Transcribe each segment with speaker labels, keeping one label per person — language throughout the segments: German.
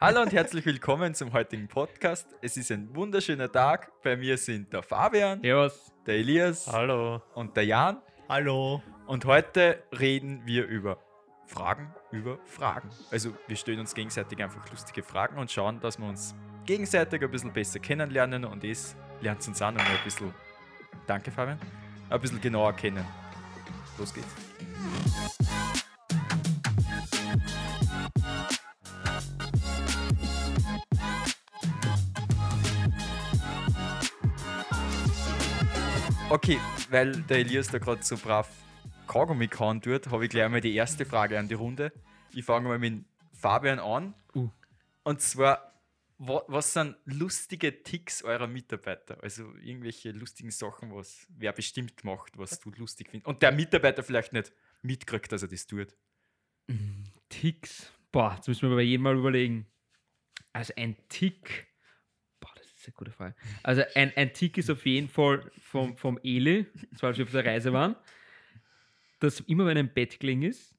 Speaker 1: Hallo und herzlich willkommen zum heutigen Podcast. Es ist ein wunderschöner Tag. Bei mir sind der Fabian,
Speaker 2: Servus.
Speaker 1: der Elias
Speaker 3: Hallo.
Speaker 1: und der Jan.
Speaker 2: Hallo.
Speaker 1: Und heute reden wir über Fragen über Fragen. Also wir stellen uns gegenseitig einfach lustige Fragen und schauen, dass wir uns gegenseitig ein bisschen besser kennenlernen und es lernt uns auch noch mal ein bisschen, danke Fabian, ein bisschen genauer kennen. Los geht's. Okay, weil der Elias da gerade so brav Kaugummi kauen tut, habe ich gleich mal die erste Frage an die Runde. Ich fange mal mit Fabian an.
Speaker 2: Uh.
Speaker 1: Und zwar, wa- was sind lustige Ticks eurer Mitarbeiter? Also irgendwelche lustigen Sachen, was wer bestimmt macht, was du lustig findest. Und der Mitarbeiter vielleicht nicht mitkriegt, dass er das tut.
Speaker 2: Ticks. Boah, jetzt müssen wir bei jedem Mal überlegen. Also ein Tick. Boah, das ist eine gute Frage. Also ein, ein Tick ist auf jeden Fall vom, vom Eli, zwar als wir auf der Reise waren, dass immer wenn ein Bettkling ist,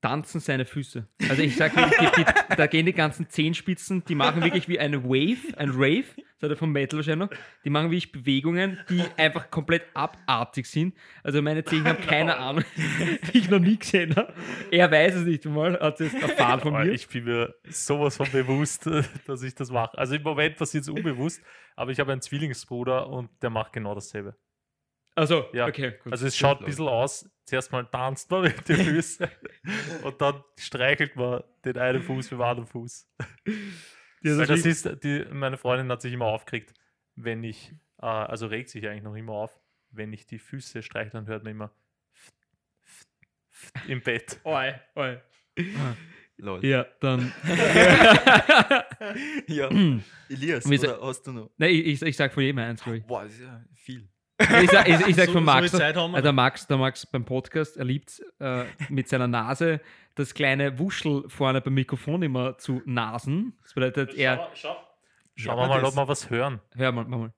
Speaker 2: tanzen seine Füße. Also ich sag, wirklich, die, die, da gehen die ganzen Zehenspitzen, die machen wirklich wie eine Wave, ein Rave, das hat er vom Metal wahrscheinlich noch, die machen wirklich Bewegungen, die einfach komplett abartig sind. Also meine Zehen haben keine
Speaker 3: Genau.
Speaker 2: Ahnung, die ich noch nie gesehen habe. Er weiß es nicht mal, hat es erfahren von
Speaker 3: Aber
Speaker 2: mir.
Speaker 3: Genau, Ich bin mir sowas von bewusst, dass ich das mache. Also im Moment passiert es unbewusst, aber ich habe einen Zwillingsbruder und der macht genau dasselbe.
Speaker 2: Also,
Speaker 3: Ja.
Speaker 2: okay, gut.
Speaker 3: Also es schaut ein bisschen aus, zuerst mal tanzt man mit den Füßen und dann streichelt man den einen Fuß mit dem anderen Fuß.
Speaker 2: Ja,
Speaker 3: Weil
Speaker 2: das
Speaker 3: das
Speaker 2: ist
Speaker 3: ist, die, meine Freundin hat sich immer aufgeregt, wenn ich, äh, also regt sich eigentlich noch immer auf, wenn ich die Füße streiche, dann hört man immer im Bett.
Speaker 4: Oh,
Speaker 2: Oi, oi.
Speaker 1: Lol.
Speaker 2: Ja, dann.
Speaker 1: Ja.
Speaker 2: Hm.
Speaker 1: Elias,
Speaker 2: Wie so-
Speaker 1: oder hast du noch?
Speaker 2: Nein, ich, ich, ich sag von jedem eins, glaub ich.
Speaker 1: Boah, das ist ja viel.
Speaker 2: Ich sag, ich, ich sag
Speaker 4: So-
Speaker 2: von
Speaker 4: so
Speaker 2: Max.
Speaker 4: viel Zeit haben wir
Speaker 2: äh, der Max, der Max beim Podcast, er liebt äh, mit seiner Nase das kleine Wuschel vorne beim Mikrofon immer zu nasen. Das bedeutet, er.
Speaker 3: Schauen wir mal, ob wir was hören.
Speaker 2: Hör mal, mach mal.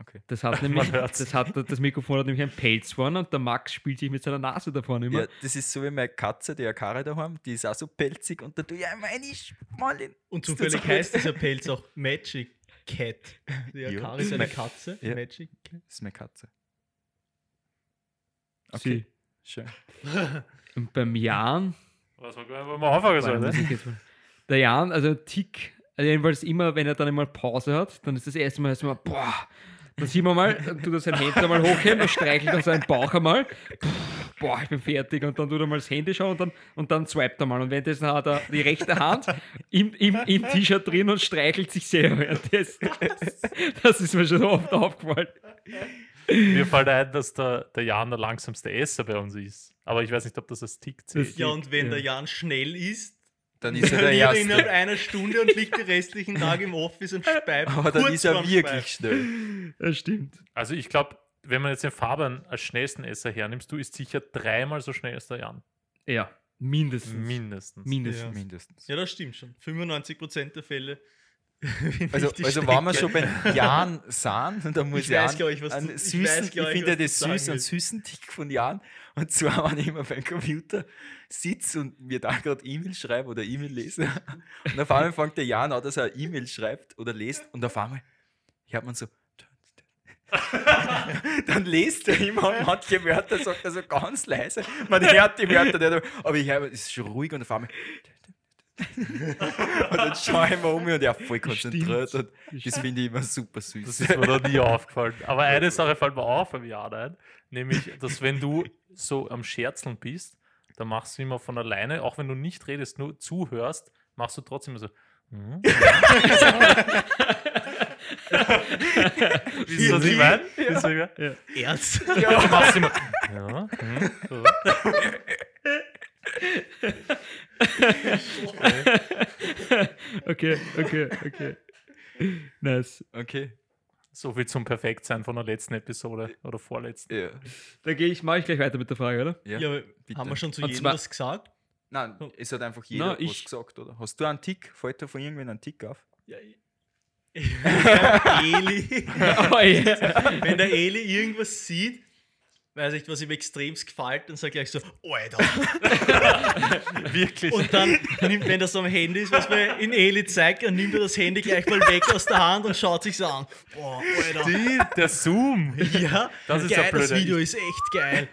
Speaker 1: Okay.
Speaker 2: Das hat nämlich,
Speaker 3: hört's.
Speaker 2: das, hat, das Mikrofon hat nämlich einen Pelz vorne und der Max spielt sich mit seiner Nase da vorne immer.
Speaker 1: Ja, das ist so wie meine Katze, die Akara daheim, die ist auch so pelzig und da tue ich einmal eine Schmalle.
Speaker 4: Und
Speaker 1: Ist das
Speaker 4: zufällig
Speaker 1: so
Speaker 4: heißt dieser Pelz auch Magic Cat. Die
Speaker 1: Ja.
Speaker 4: Akari ist eine Katze.
Speaker 1: Ja.
Speaker 4: Magic Cat.
Speaker 1: Das ist meine Katze. Okay, schön.
Speaker 2: Sie. Und beim Jan,
Speaker 3: Was man gar nicht mal anfangen soll,
Speaker 2: Warte,
Speaker 3: ne?
Speaker 2: Musik jetzt mal. Der Jan, also Tick, also jedenfalls immer, wenn er dann einmal Pause hat, dann ist das erste Mal erstmal, boah, dann sieht man mal, dann tut er sein Hemd einmal hochheben, dann streichelt er seinen Bauch einmal, pff, boah, ich bin fertig, und dann tut er mal das Handy schauen und dann, und dann swipet er mal. Und währenddessen hat er die rechte Hand im, im, im T-Shirt drin und streichelt sich selber. Ja, Das, das ist mir schon oft aufgefallen.
Speaker 3: Mir fällt ein, dass der, der Jan der langsamste Esser bei uns ist. Aber ich weiß nicht, ob das als Tick zählt.
Speaker 4: Ja, und wenn
Speaker 2: ja.
Speaker 4: der Jan schnell ist,
Speaker 1: Dann ist er der
Speaker 4: verliert er innerhalb
Speaker 1: Erste.
Speaker 4: einer Stunde und liegt den restlichen Tag im Office und speibt.
Speaker 1: Aber dann
Speaker 4: kurz
Speaker 1: ist er
Speaker 4: vorm
Speaker 1: wirklich schnell.
Speaker 4: Speiben.
Speaker 2: Das stimmt.
Speaker 3: Also ich glaube, wenn man jetzt den Fabian als schnellsten Esser hernimmst, du ist sicher dreimal so schnell als der Jan.
Speaker 2: Ja, mindestens.
Speaker 3: Mindestens.
Speaker 2: mindestens.
Speaker 4: Ja.
Speaker 1: Mindestens.
Speaker 4: Ja, das stimmt schon. 95% der Fälle. bin
Speaker 1: Also,
Speaker 4: ich die
Speaker 1: also wenn wir
Speaker 4: Schnecke.
Speaker 1: schon bei Jan sahen, dann muss ich,
Speaker 4: Ich weiß,
Speaker 1: an,
Speaker 4: glaub ich, was
Speaker 1: an
Speaker 4: du- ich
Speaker 1: süßen, ich,
Speaker 4: weiß, glaub ich,
Speaker 1: finde ja
Speaker 4: was du
Speaker 1: das
Speaker 4: sagen
Speaker 1: süß und
Speaker 4: willst.
Speaker 1: süßen Tick von Jan. Und zwar, wenn ich immer beim Computer sitze und mir da gerade E-Mail schreibe oder E-Mail lese. Und auf einmal fängt der Jan an, dass er eine E-Mail schreibt oder liest. Und auf einmal hört man so. Dann lest er immer manche Wörter, sagt er so ganz leise. Man hört die Wörter nicht, aber ich höre, es ist schon ruhig und auf einmal. Und dann schaue ich mir um und er voll konzentriert. Und das finde ich immer super süß.
Speaker 3: Das ist mir noch nie aufgefallen. Aber eine Sache fällt mir auf beim Jan ein, nämlich, dass wenn du so am Scherzeln bist, dann machst du immer von alleine, auch wenn du nicht redest, nur zuhörst, machst du trotzdem so. "Mhm." Wisst ihr, was ich meine? Wisst ihr, was ich meine?
Speaker 4: Ernst?
Speaker 3: Du machst immer. Ja, mhm, so.
Speaker 2: Okay, okay, okay. Nice.
Speaker 1: Okay.
Speaker 3: So viel zum Perfektsein von der letzten Episode oder vorletzten.
Speaker 1: Ja.
Speaker 2: Da gehe ich, mache ich gleich weiter mit der Frage, oder?
Speaker 1: ja.
Speaker 4: Ja, aber haben wir schon zu jedem
Speaker 2: zwar-
Speaker 4: was gesagt?
Speaker 1: Nein, es hat einfach jeder
Speaker 2: Na, ich-
Speaker 1: was gesagt, oder? Hast du einen Tick? Fällt da von irgendwen einen Tick auf?
Speaker 4: Ja, ich- Eli.
Speaker 2: Oh, yeah.
Speaker 4: Wenn der Eli irgendwas sieht, weiß nicht, was ihm extremst gefällt und sagt gleich so, Alter.
Speaker 3: Wirklich.
Speaker 4: Und dann nimmt, wenn das am Handy ist, was mir in Eli zeigt, dann nimmt er das Handy gleich mal weg aus der Hand und schaut sich an. Boah, Alter.
Speaker 3: Die, der Zoom.
Speaker 4: Ja,
Speaker 3: Das ist
Speaker 4: geil,
Speaker 3: ja
Speaker 4: das
Speaker 3: blöd.
Speaker 4: Video ist echt geil.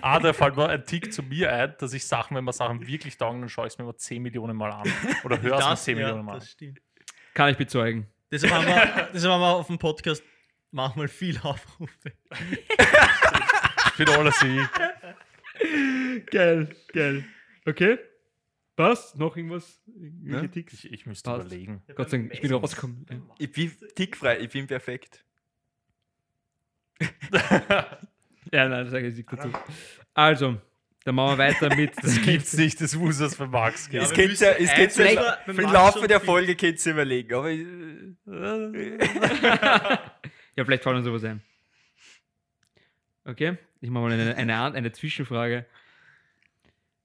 Speaker 3: Ah, da fällt mir ein Tick zu mir ein, dass ich Sachen, wenn man Sachen wirklich taugen, dann schaue ich es mir immer 10 Millionen Mal an. Oder höre es mir 10 Millionen Mal an.
Speaker 4: das stimmt.
Speaker 2: Kann ich bezeugen.
Speaker 4: Deshalb haben, wir, deshalb haben wir auf dem Podcast manchmal viel Aufrufe.
Speaker 3: Ich bin alles eh. wie.
Speaker 2: Geil, geil. Okay. Passt? Noch irgendwas? Irgendwelche
Speaker 1: Ja.
Speaker 2: Ticks?
Speaker 3: Ne? Ich, ich müsste
Speaker 2: Passt.
Speaker 3: überlegen.
Speaker 2: Gott sei Dank, ich bin rausgekommen.
Speaker 1: Ich bin tickfrei, ich bin perfekt.
Speaker 2: Ja, nein, das sage ich nicht dazu. Also, dann machen wir weiter mit.
Speaker 3: Das gibt's nicht, das muss es für Max geben.
Speaker 4: Ja,
Speaker 1: Es
Speaker 4: wir
Speaker 1: geht
Speaker 4: müssen
Speaker 1: ja, es geht
Speaker 4: eins
Speaker 1: ja,
Speaker 4: über-
Speaker 1: für
Speaker 4: beim
Speaker 1: den
Speaker 4: Max
Speaker 1: Laufe
Speaker 4: schon
Speaker 1: der
Speaker 4: viel-
Speaker 1: Folge geht's überlegen, aber äh,
Speaker 2: Ja, vielleicht fällt uns sowas ein. Okay, ich mache mal eine, eine, Art- eine Zwischenfrage.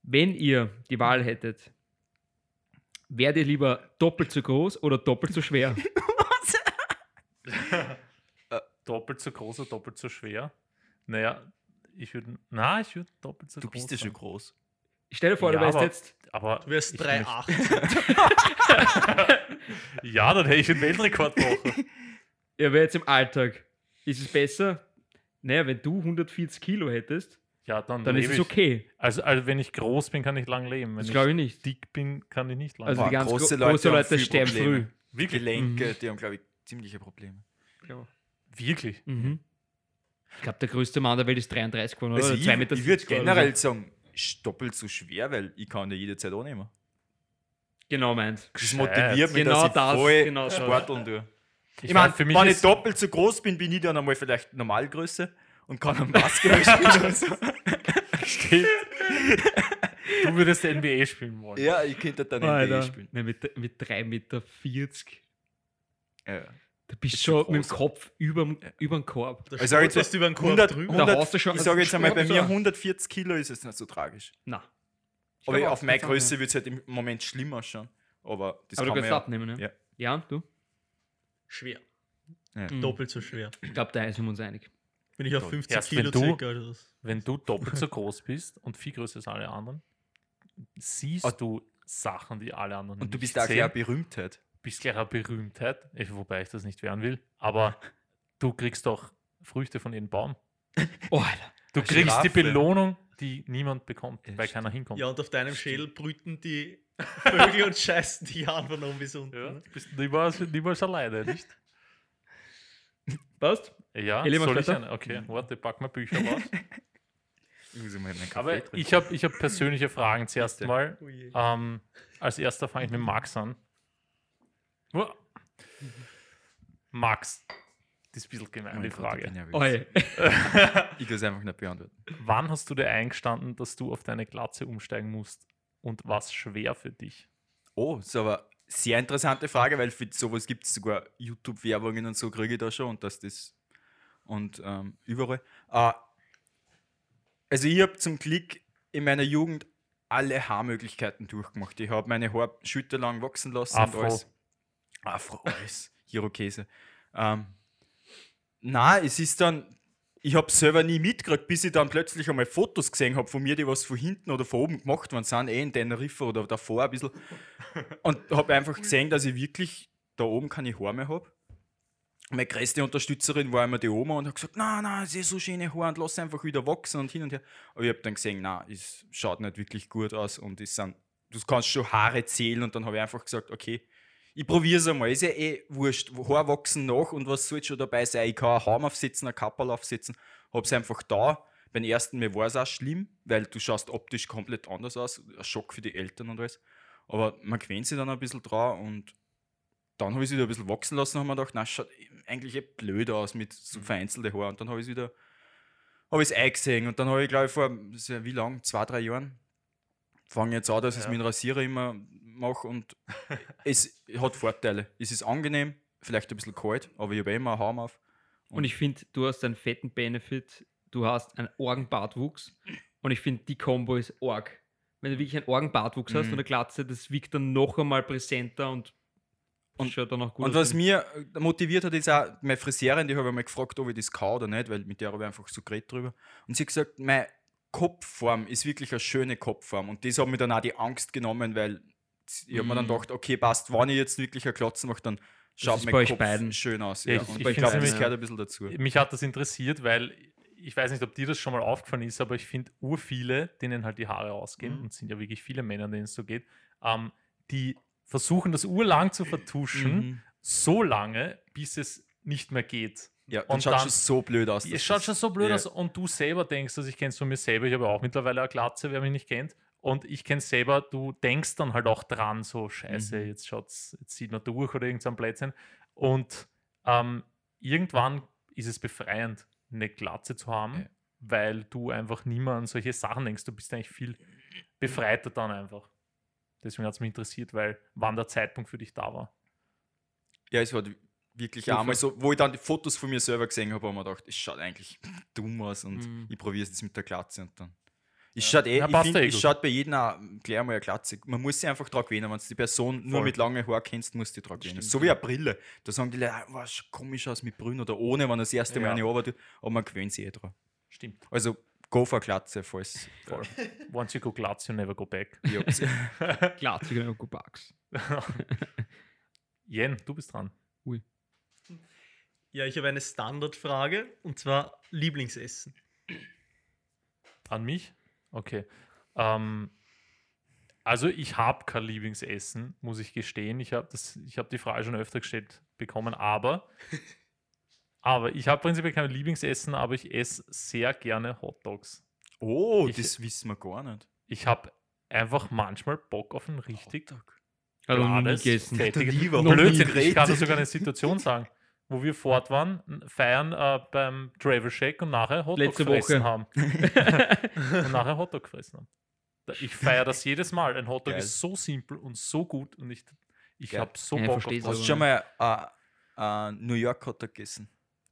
Speaker 2: Wenn ihr die Wahl hättet, wärt ihr lieber doppelt so groß oder doppelt so schwer?
Speaker 3: Doppelt so groß oder doppelt so schwer? Naja, ich würde. Na, ich würde doppelt so
Speaker 1: du
Speaker 3: groß.
Speaker 1: bist ja schon
Speaker 3: sein.
Speaker 1: groß.
Speaker 2: Ich stelle vor,
Speaker 3: Ja,
Speaker 2: du wärst
Speaker 3: aber-
Speaker 2: jetzt.
Speaker 3: Aber
Speaker 4: Du wirst
Speaker 3: ich
Speaker 4: 3,8.
Speaker 3: möchte- Ja, dann hätte ich einen Weltrekord machen.
Speaker 2: Ihr wärt jetzt im Alltag. Ist es besser? Naja, wenn du 140 Kilo hättest,
Speaker 3: Ja, dann,
Speaker 2: dann ist
Speaker 3: lebe
Speaker 2: es
Speaker 3: ich.
Speaker 2: okay.
Speaker 3: Also, also, wenn ich groß bin, kann ich lang leben. Wenn
Speaker 2: Das glaube ich nicht.
Speaker 3: dick bin, kann ich nicht lang
Speaker 2: Also
Speaker 1: Boah,
Speaker 2: die ganz
Speaker 1: große
Speaker 2: große
Speaker 1: Leute
Speaker 2: Leute, große
Speaker 1: haben
Speaker 2: Leute
Speaker 1: viel
Speaker 2: sterben früh.
Speaker 1: Probleme.
Speaker 3: Wirklich?
Speaker 1: Gelenke,
Speaker 2: Mhm.
Speaker 1: die haben, glaube ich, ziemliche Probleme.
Speaker 3: Wirklich?
Speaker 2: Mhm. Ich glaube, der größte Mann der Welt ist 33 geworden, oder?
Speaker 1: Also
Speaker 2: Oder
Speaker 1: ich,
Speaker 2: 2,70 Meter
Speaker 1: ich würde
Speaker 2: geworden.
Speaker 1: generell sagen, sch- doppelt so schwer, weil ich kann ja jederzeit annehmen.
Speaker 2: Genau meins.
Speaker 1: Das
Speaker 3: Gescheit.
Speaker 1: motiviert mich,
Speaker 2: Genau
Speaker 1: dass ich
Speaker 2: das,
Speaker 1: voll
Speaker 2: genau das.
Speaker 1: sporteln tue. Ich,
Speaker 3: mein,
Speaker 1: meine, wenn ich doppelt so groß bin, bin ich dann einmal vielleicht Normalgröße und kann am Basketball spielen. und so.
Speaker 3: du würdest NBA spielen wollen.
Speaker 1: Ja, ich könnte dann NBA
Speaker 2: Alter.
Speaker 1: spielen.
Speaker 2: Nein, mit, mit 3,40 Meter.
Speaker 1: Ja.
Speaker 2: Da bist du
Speaker 1: schon
Speaker 2: schon mit dem
Speaker 1: groß.
Speaker 2: Kopf überm, überm Korb.
Speaker 4: Da
Speaker 3: Äh,
Speaker 1: Ich sag jetzt
Speaker 4: stolperst du über den Korb
Speaker 1: 100,
Speaker 4: drüber.
Speaker 1: 100,
Speaker 2: Da hast du schon-
Speaker 1: ich sage jetzt einmal, bei
Speaker 2: so.
Speaker 1: mir 140 Kilo ist es nicht so tragisch.
Speaker 2: Na. Ich
Speaker 1: Aber
Speaker 2: glaub auch,
Speaker 1: auf meine
Speaker 2: das kann man.
Speaker 1: Größe wird es halt im Moment schlimmer schon. Aber das
Speaker 2: Aber du
Speaker 1: kann
Speaker 2: kannst
Speaker 1: man ja.
Speaker 2: abnehmen, ne?
Speaker 1: Ja.
Speaker 2: Ja, du?
Speaker 4: Schwer.
Speaker 1: Ja.
Speaker 3: Hm.
Speaker 2: Mhm.
Speaker 4: Doppelt so schwer.
Speaker 2: Ich glaube, da sind wir uns einig.
Speaker 4: Bin ich auf 50
Speaker 3: Erst wenn
Speaker 4: Kilo
Speaker 3: du-
Speaker 4: circa. Oder was?
Speaker 3: Wenn du doppelt so groß bist und viel größer als alle anderen, siehst
Speaker 1: Ah.
Speaker 3: du Sachen, die alle anderen
Speaker 1: Und du
Speaker 3: nicht
Speaker 1: bist da auch halt.
Speaker 3: sehen.
Speaker 1: eine Berühmtheit.
Speaker 3: bist gleich eine Berühmtheit, ich, wobei ich das nicht werden will, aber du kriegst doch Früchte von jedem Baum.
Speaker 2: Oh, Alter.
Speaker 3: Du
Speaker 1: Eine
Speaker 3: kriegst die
Speaker 1: Giraffe.
Speaker 3: Belohnung, die niemand bekommt,
Speaker 1: Ja,
Speaker 3: weil
Speaker 1: stimmt.
Speaker 3: keiner hinkommt.
Speaker 4: Ja, und auf deinem Schädel brüten die Vögel und scheißen die an von oben bis unten.
Speaker 3: Ja,
Speaker 4: ne?
Speaker 3: du bist niemals, niemals alleine, nicht?
Speaker 2: Passt?
Speaker 3: Ja,
Speaker 2: Eli, mach
Speaker 3: soll ich
Speaker 2: weiter.
Speaker 3: eine? Okay, warte, pack mal Bücher raus.
Speaker 1: Ich muss mal meinen Kaffee
Speaker 3: Aber
Speaker 1: trinken.
Speaker 3: ich habe ich hab persönliche Fragen zuerst
Speaker 1: Bitte.
Speaker 3: mal.
Speaker 4: Oh je.
Speaker 3: Ähm, als erster fange ich mit Max an. Uah. Max, das ist ein bisschen gemein,
Speaker 1: Mein
Speaker 3: die
Speaker 1: Gott, Ich, bin
Speaker 3: Frage.
Speaker 1: nervös.
Speaker 2: Oi.
Speaker 1: ich kann es einfach nicht beantworten.
Speaker 3: Wann hast du dir eingestanden, dass du auf deine Glatze umsteigen musst? Und was schwer für dich?
Speaker 1: Oh, ist aber sehr interessante Frage, weil für sowas gibt es sogar YouTube-Werbungen und so kriege ich da schon und dass das und ähm, überall. Äh, also ich habe zum Glück in meiner Jugend alle Haarmöglichkeiten durchgemacht. Ich habe meine Haare schütterlang wachsen lassen
Speaker 3: Afro.
Speaker 1: und alles. Afro, alles. Irokese. Ähm, na, es ist dann, ich habe selber nie mitgekriegt, bis ich dann plötzlich einmal Fotos gesehen habe von mir, die was von hinten oder von oben gemacht waren, sind eh in Teneriffa oder davor ein bisschen. Und habe einfach gesehen, dass ich wirklich da oben keine Haare mehr habe. Meine größte Unterstützerin war immer die Oma und hat gesagt, na, na, sie so schöne Haare und lass einfach wieder wachsen und hin und her. Aber ich habe dann gesehen, na, es schaut nicht wirklich gut aus und es sind, du kannst schon Haare zählen und dann habe ich einfach gesagt, okay, ich probiere es einmal, ist ja eh wurscht, Haare wachsen nach und was soll schon dabei sein, ich kann einen Haum aufsetzen, einen Kapperl aufsetzen, hab's einfach da. Beim ersten Mal war es auch schlimm, weil du schaust optisch komplett anders aus, ein Schock für die Eltern und alles. Aber man gewöhnt sich dann ein bisschen dran und dann habe ich es wieder ein bisschen wachsen lassen und habe mir gedacht, na, schaut eigentlich eh blöd aus mit
Speaker 2: Mhm.
Speaker 1: so vereinzelten Haaren. Und dann habe ich es wieder, habe ich es eingesehen und dann habe ich, glaube ich, vor, das ist ja wie lang, zwei, drei Jahren, fange jetzt an, dass ich es
Speaker 3: Ja.
Speaker 1: mit dem Rasierer immer mache und es hat Vorteile. Es ist angenehm, vielleicht ein bisschen kalt, aber ich habe eh immer einen Haum auf.
Speaker 2: Und ich finde, du hast einen fetten Benefit. Du hast einen Orgenbartwuchs. Und ich finde, die Combo ist arg. Wenn du wirklich einen Orgenbartwuchs hast
Speaker 1: Mhm.
Speaker 2: und eine Glatze, das wirkt dann noch einmal präsenter und
Speaker 1: Und-
Speaker 2: schaut dann auch gut
Speaker 1: und
Speaker 2: aus.
Speaker 1: was mir äh, motiviert hat, ist auch meine Friseurin, die habe ich mal gefragt, ob ich das kann oder nicht, weil mit der habe ich einfach so geredet drüber. Und sie hat gesagt, meine Kopfform ist wirklich eine schöne Kopfform. Und das hat mir dann auch die Angst genommen, weil ich habe mir dann
Speaker 3: Mm.
Speaker 1: gedacht, okay, passt, wenn ich jetzt wirklich eine Klotze mache, dann schaut
Speaker 2: ist
Speaker 1: mein
Speaker 2: bei euch
Speaker 1: Kopf
Speaker 2: beiden.
Speaker 1: schön aus.
Speaker 3: Ja,
Speaker 1: Ja,
Speaker 3: ich-
Speaker 1: Und
Speaker 3: ich
Speaker 1: ich
Speaker 3: find's
Speaker 1: glaube, das
Speaker 3: nämlich-
Speaker 1: gehört ein bisschen dazu.
Speaker 3: Mich hat das interessiert, weil ich weiß nicht, ob dir das schon mal aufgefallen ist, aber ich finde ur viele, denen halt die Haare ausgehen,
Speaker 1: Mhm.
Speaker 3: und sind ja wirklich viele Männer, denen es so geht, ähm, die versuchen das urlang zu vertuschen,
Speaker 1: Mhm.
Speaker 3: so lange, bis es nicht mehr geht.
Speaker 1: Ja, dann
Speaker 3: Und
Speaker 1: schaut
Speaker 3: dann-
Speaker 1: schon so blöd aus.
Speaker 3: Es
Speaker 1: dass
Speaker 3: schaut
Speaker 1: das-
Speaker 3: schon so blöd
Speaker 1: ja.
Speaker 3: aus und du selber denkst, dass ich kenne es von mir selber, ich habe ja auch mittlerweile eine Glatze, wer mich nicht kennt. Und ich kenne selber, du denkst dann halt auch dran, so scheiße,
Speaker 1: Mhm.
Speaker 3: jetzt schaut's, jetzt sieht man durch oder irgendein Blödsinn. Und ähm, irgendwann ist es befreiend, eine Glatze zu haben,
Speaker 1: Ja.
Speaker 3: weil du einfach niemand an solche Sachen denkst. Du bist eigentlich viel befreiter dann einfach. Deswegen hat es mich interessiert, weil wann der Zeitpunkt für dich da war.
Speaker 1: Ja, es war wirklich auch einmal so, wo ich dann die Fotos von mir selber gesehen habe, habe ich mir gedacht, es schaut eigentlich dumm aus und
Speaker 2: Mhm.
Speaker 1: ich probiere es jetzt mit der Glatze und dann. Es schaut, eh,
Speaker 3: Hm. Ja,
Speaker 1: ich
Speaker 3: passt
Speaker 1: find,
Speaker 3: eh
Speaker 1: es
Speaker 3: gut.
Speaker 1: schaut bei jedem auch gleich mal eine Glatze. Man muss sich einfach dran gewöhnen. Wenn du die Person nur
Speaker 3: Voll.
Speaker 1: mit langen Haaren kennst, musst du dich dran gewöhnen.
Speaker 2: Stimmt,
Speaker 1: So wie eine Brille. Da sagen die Leute, ah, was schaut komisch aus mit Brünen oder ohne, wenn das erste Mal
Speaker 3: Ja.
Speaker 1: eine arbeitet. Aber man gewöhnt sich eh dran.
Speaker 3: Stimmt.
Speaker 1: Also, go for Glatze, falls.
Speaker 3: Voll. Once you go Glatze, you never go back.
Speaker 1: Ihr habt's-
Speaker 2: Klar, zu genau, Bugs.
Speaker 3: Jen, du bist dran.
Speaker 4: Ja, ich habe eine Standardfrage und zwar Lieblingsessen.
Speaker 3: An mich? Okay. Ähm, also ich habe kein Lieblingsessen, muss ich gestehen. Ich habe hab die Frage schon öfter gestellt bekommen, aber, aber ich habe prinzipiell kein Lieblingsessen, aber ich esse sehr gerne Hotdogs.
Speaker 1: oh,
Speaker 3: Ich-
Speaker 1: das wissen wir gar nicht.
Speaker 3: Ich habe einfach manchmal Bock auf einen richtig
Speaker 2: Also noch nie
Speaker 3: Grades,
Speaker 2: gegessen.
Speaker 3: fettiges-
Speaker 1: Lieber
Speaker 2: Noch nie
Speaker 3: Blödsinn, ich
Speaker 1: geredet.
Speaker 3: kann dir sogar eine Situation sagen, wo wir fort waren, feiern äh, beim Travel Shake und nachher Hotdog
Speaker 2: Letzte
Speaker 3: gefressen
Speaker 2: Woche.
Speaker 3: haben. und nachher Hotdog gefressen haben. Da- Ich feiere das jedes Mal. Ein Hotdog
Speaker 1: Geil.
Speaker 3: ist so simpel und so gut und ich, ich
Speaker 1: Geil.
Speaker 3: habe so
Speaker 2: Ja, ich
Speaker 3: Bock auf
Speaker 2: versteh's
Speaker 3: das.
Speaker 1: Hast du schon mal äh, äh, New York Hotdog gegessen?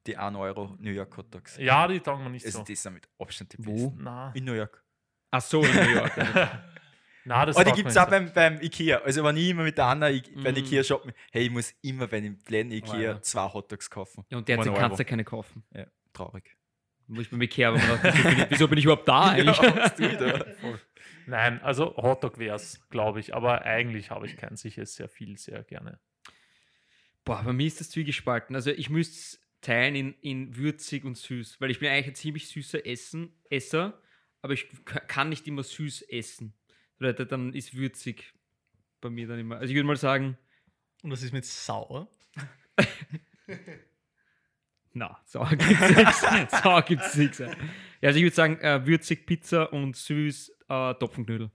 Speaker 1: Die 1 Euro New York Hotdogs.
Speaker 3: Ja, die taugen mir nicht
Speaker 1: Also
Speaker 3: so.
Speaker 1: die sind mit Abstand die
Speaker 2: Wo?
Speaker 1: besten.
Speaker 3: Na,
Speaker 1: In New York.
Speaker 2: Ach so, in New York.
Speaker 3: na, das
Speaker 1: Aber Oh, die
Speaker 3: taugt mir
Speaker 1: gibt es
Speaker 3: nicht
Speaker 1: auch
Speaker 3: so.
Speaker 1: beim, beim Ikea. Also wenn ich immer mit der Anna ich, beim
Speaker 2: Mm. Oh,
Speaker 1: Ikea shoppen, hey, ich muss immer bei dem kleinen Ikea
Speaker 2: Leider.
Speaker 1: zwei Hotdogs kaufen.
Speaker 2: Ja, und
Speaker 1: Um
Speaker 2: derzeit
Speaker 1: einen
Speaker 2: kannst du
Speaker 1: Euro.
Speaker 2: ja keine kaufen.
Speaker 1: Ja, traurig.
Speaker 2: Wo ich mir bekehre, aber mir dachte, wieso bin ich- wieso bin ich überhaupt da eigentlich?
Speaker 3: Nein, also Hotdog wär's, glaube ich. Aber eigentlich habe ich keinen. Ich esse sehr viel, sehr gerne.
Speaker 2: Boah, bei mir ist das zwiegespalten. Also ich müsste es teilen in, in würzig und süß, weil ich bin eigentlich ein ziemlich süßer Essen, Esser, aber ich k- kann nicht immer süß essen. Oder da- Dann ist würzig bei mir dann immer. Also ich würde mal sagen,
Speaker 4: Und was ist mit sauer?
Speaker 2: na, sauer gibt's nichts. Sauer gibt's nichts. Ja, also ich würde sagen, äh, würzig Pizza und süß äh, Topfenknödel.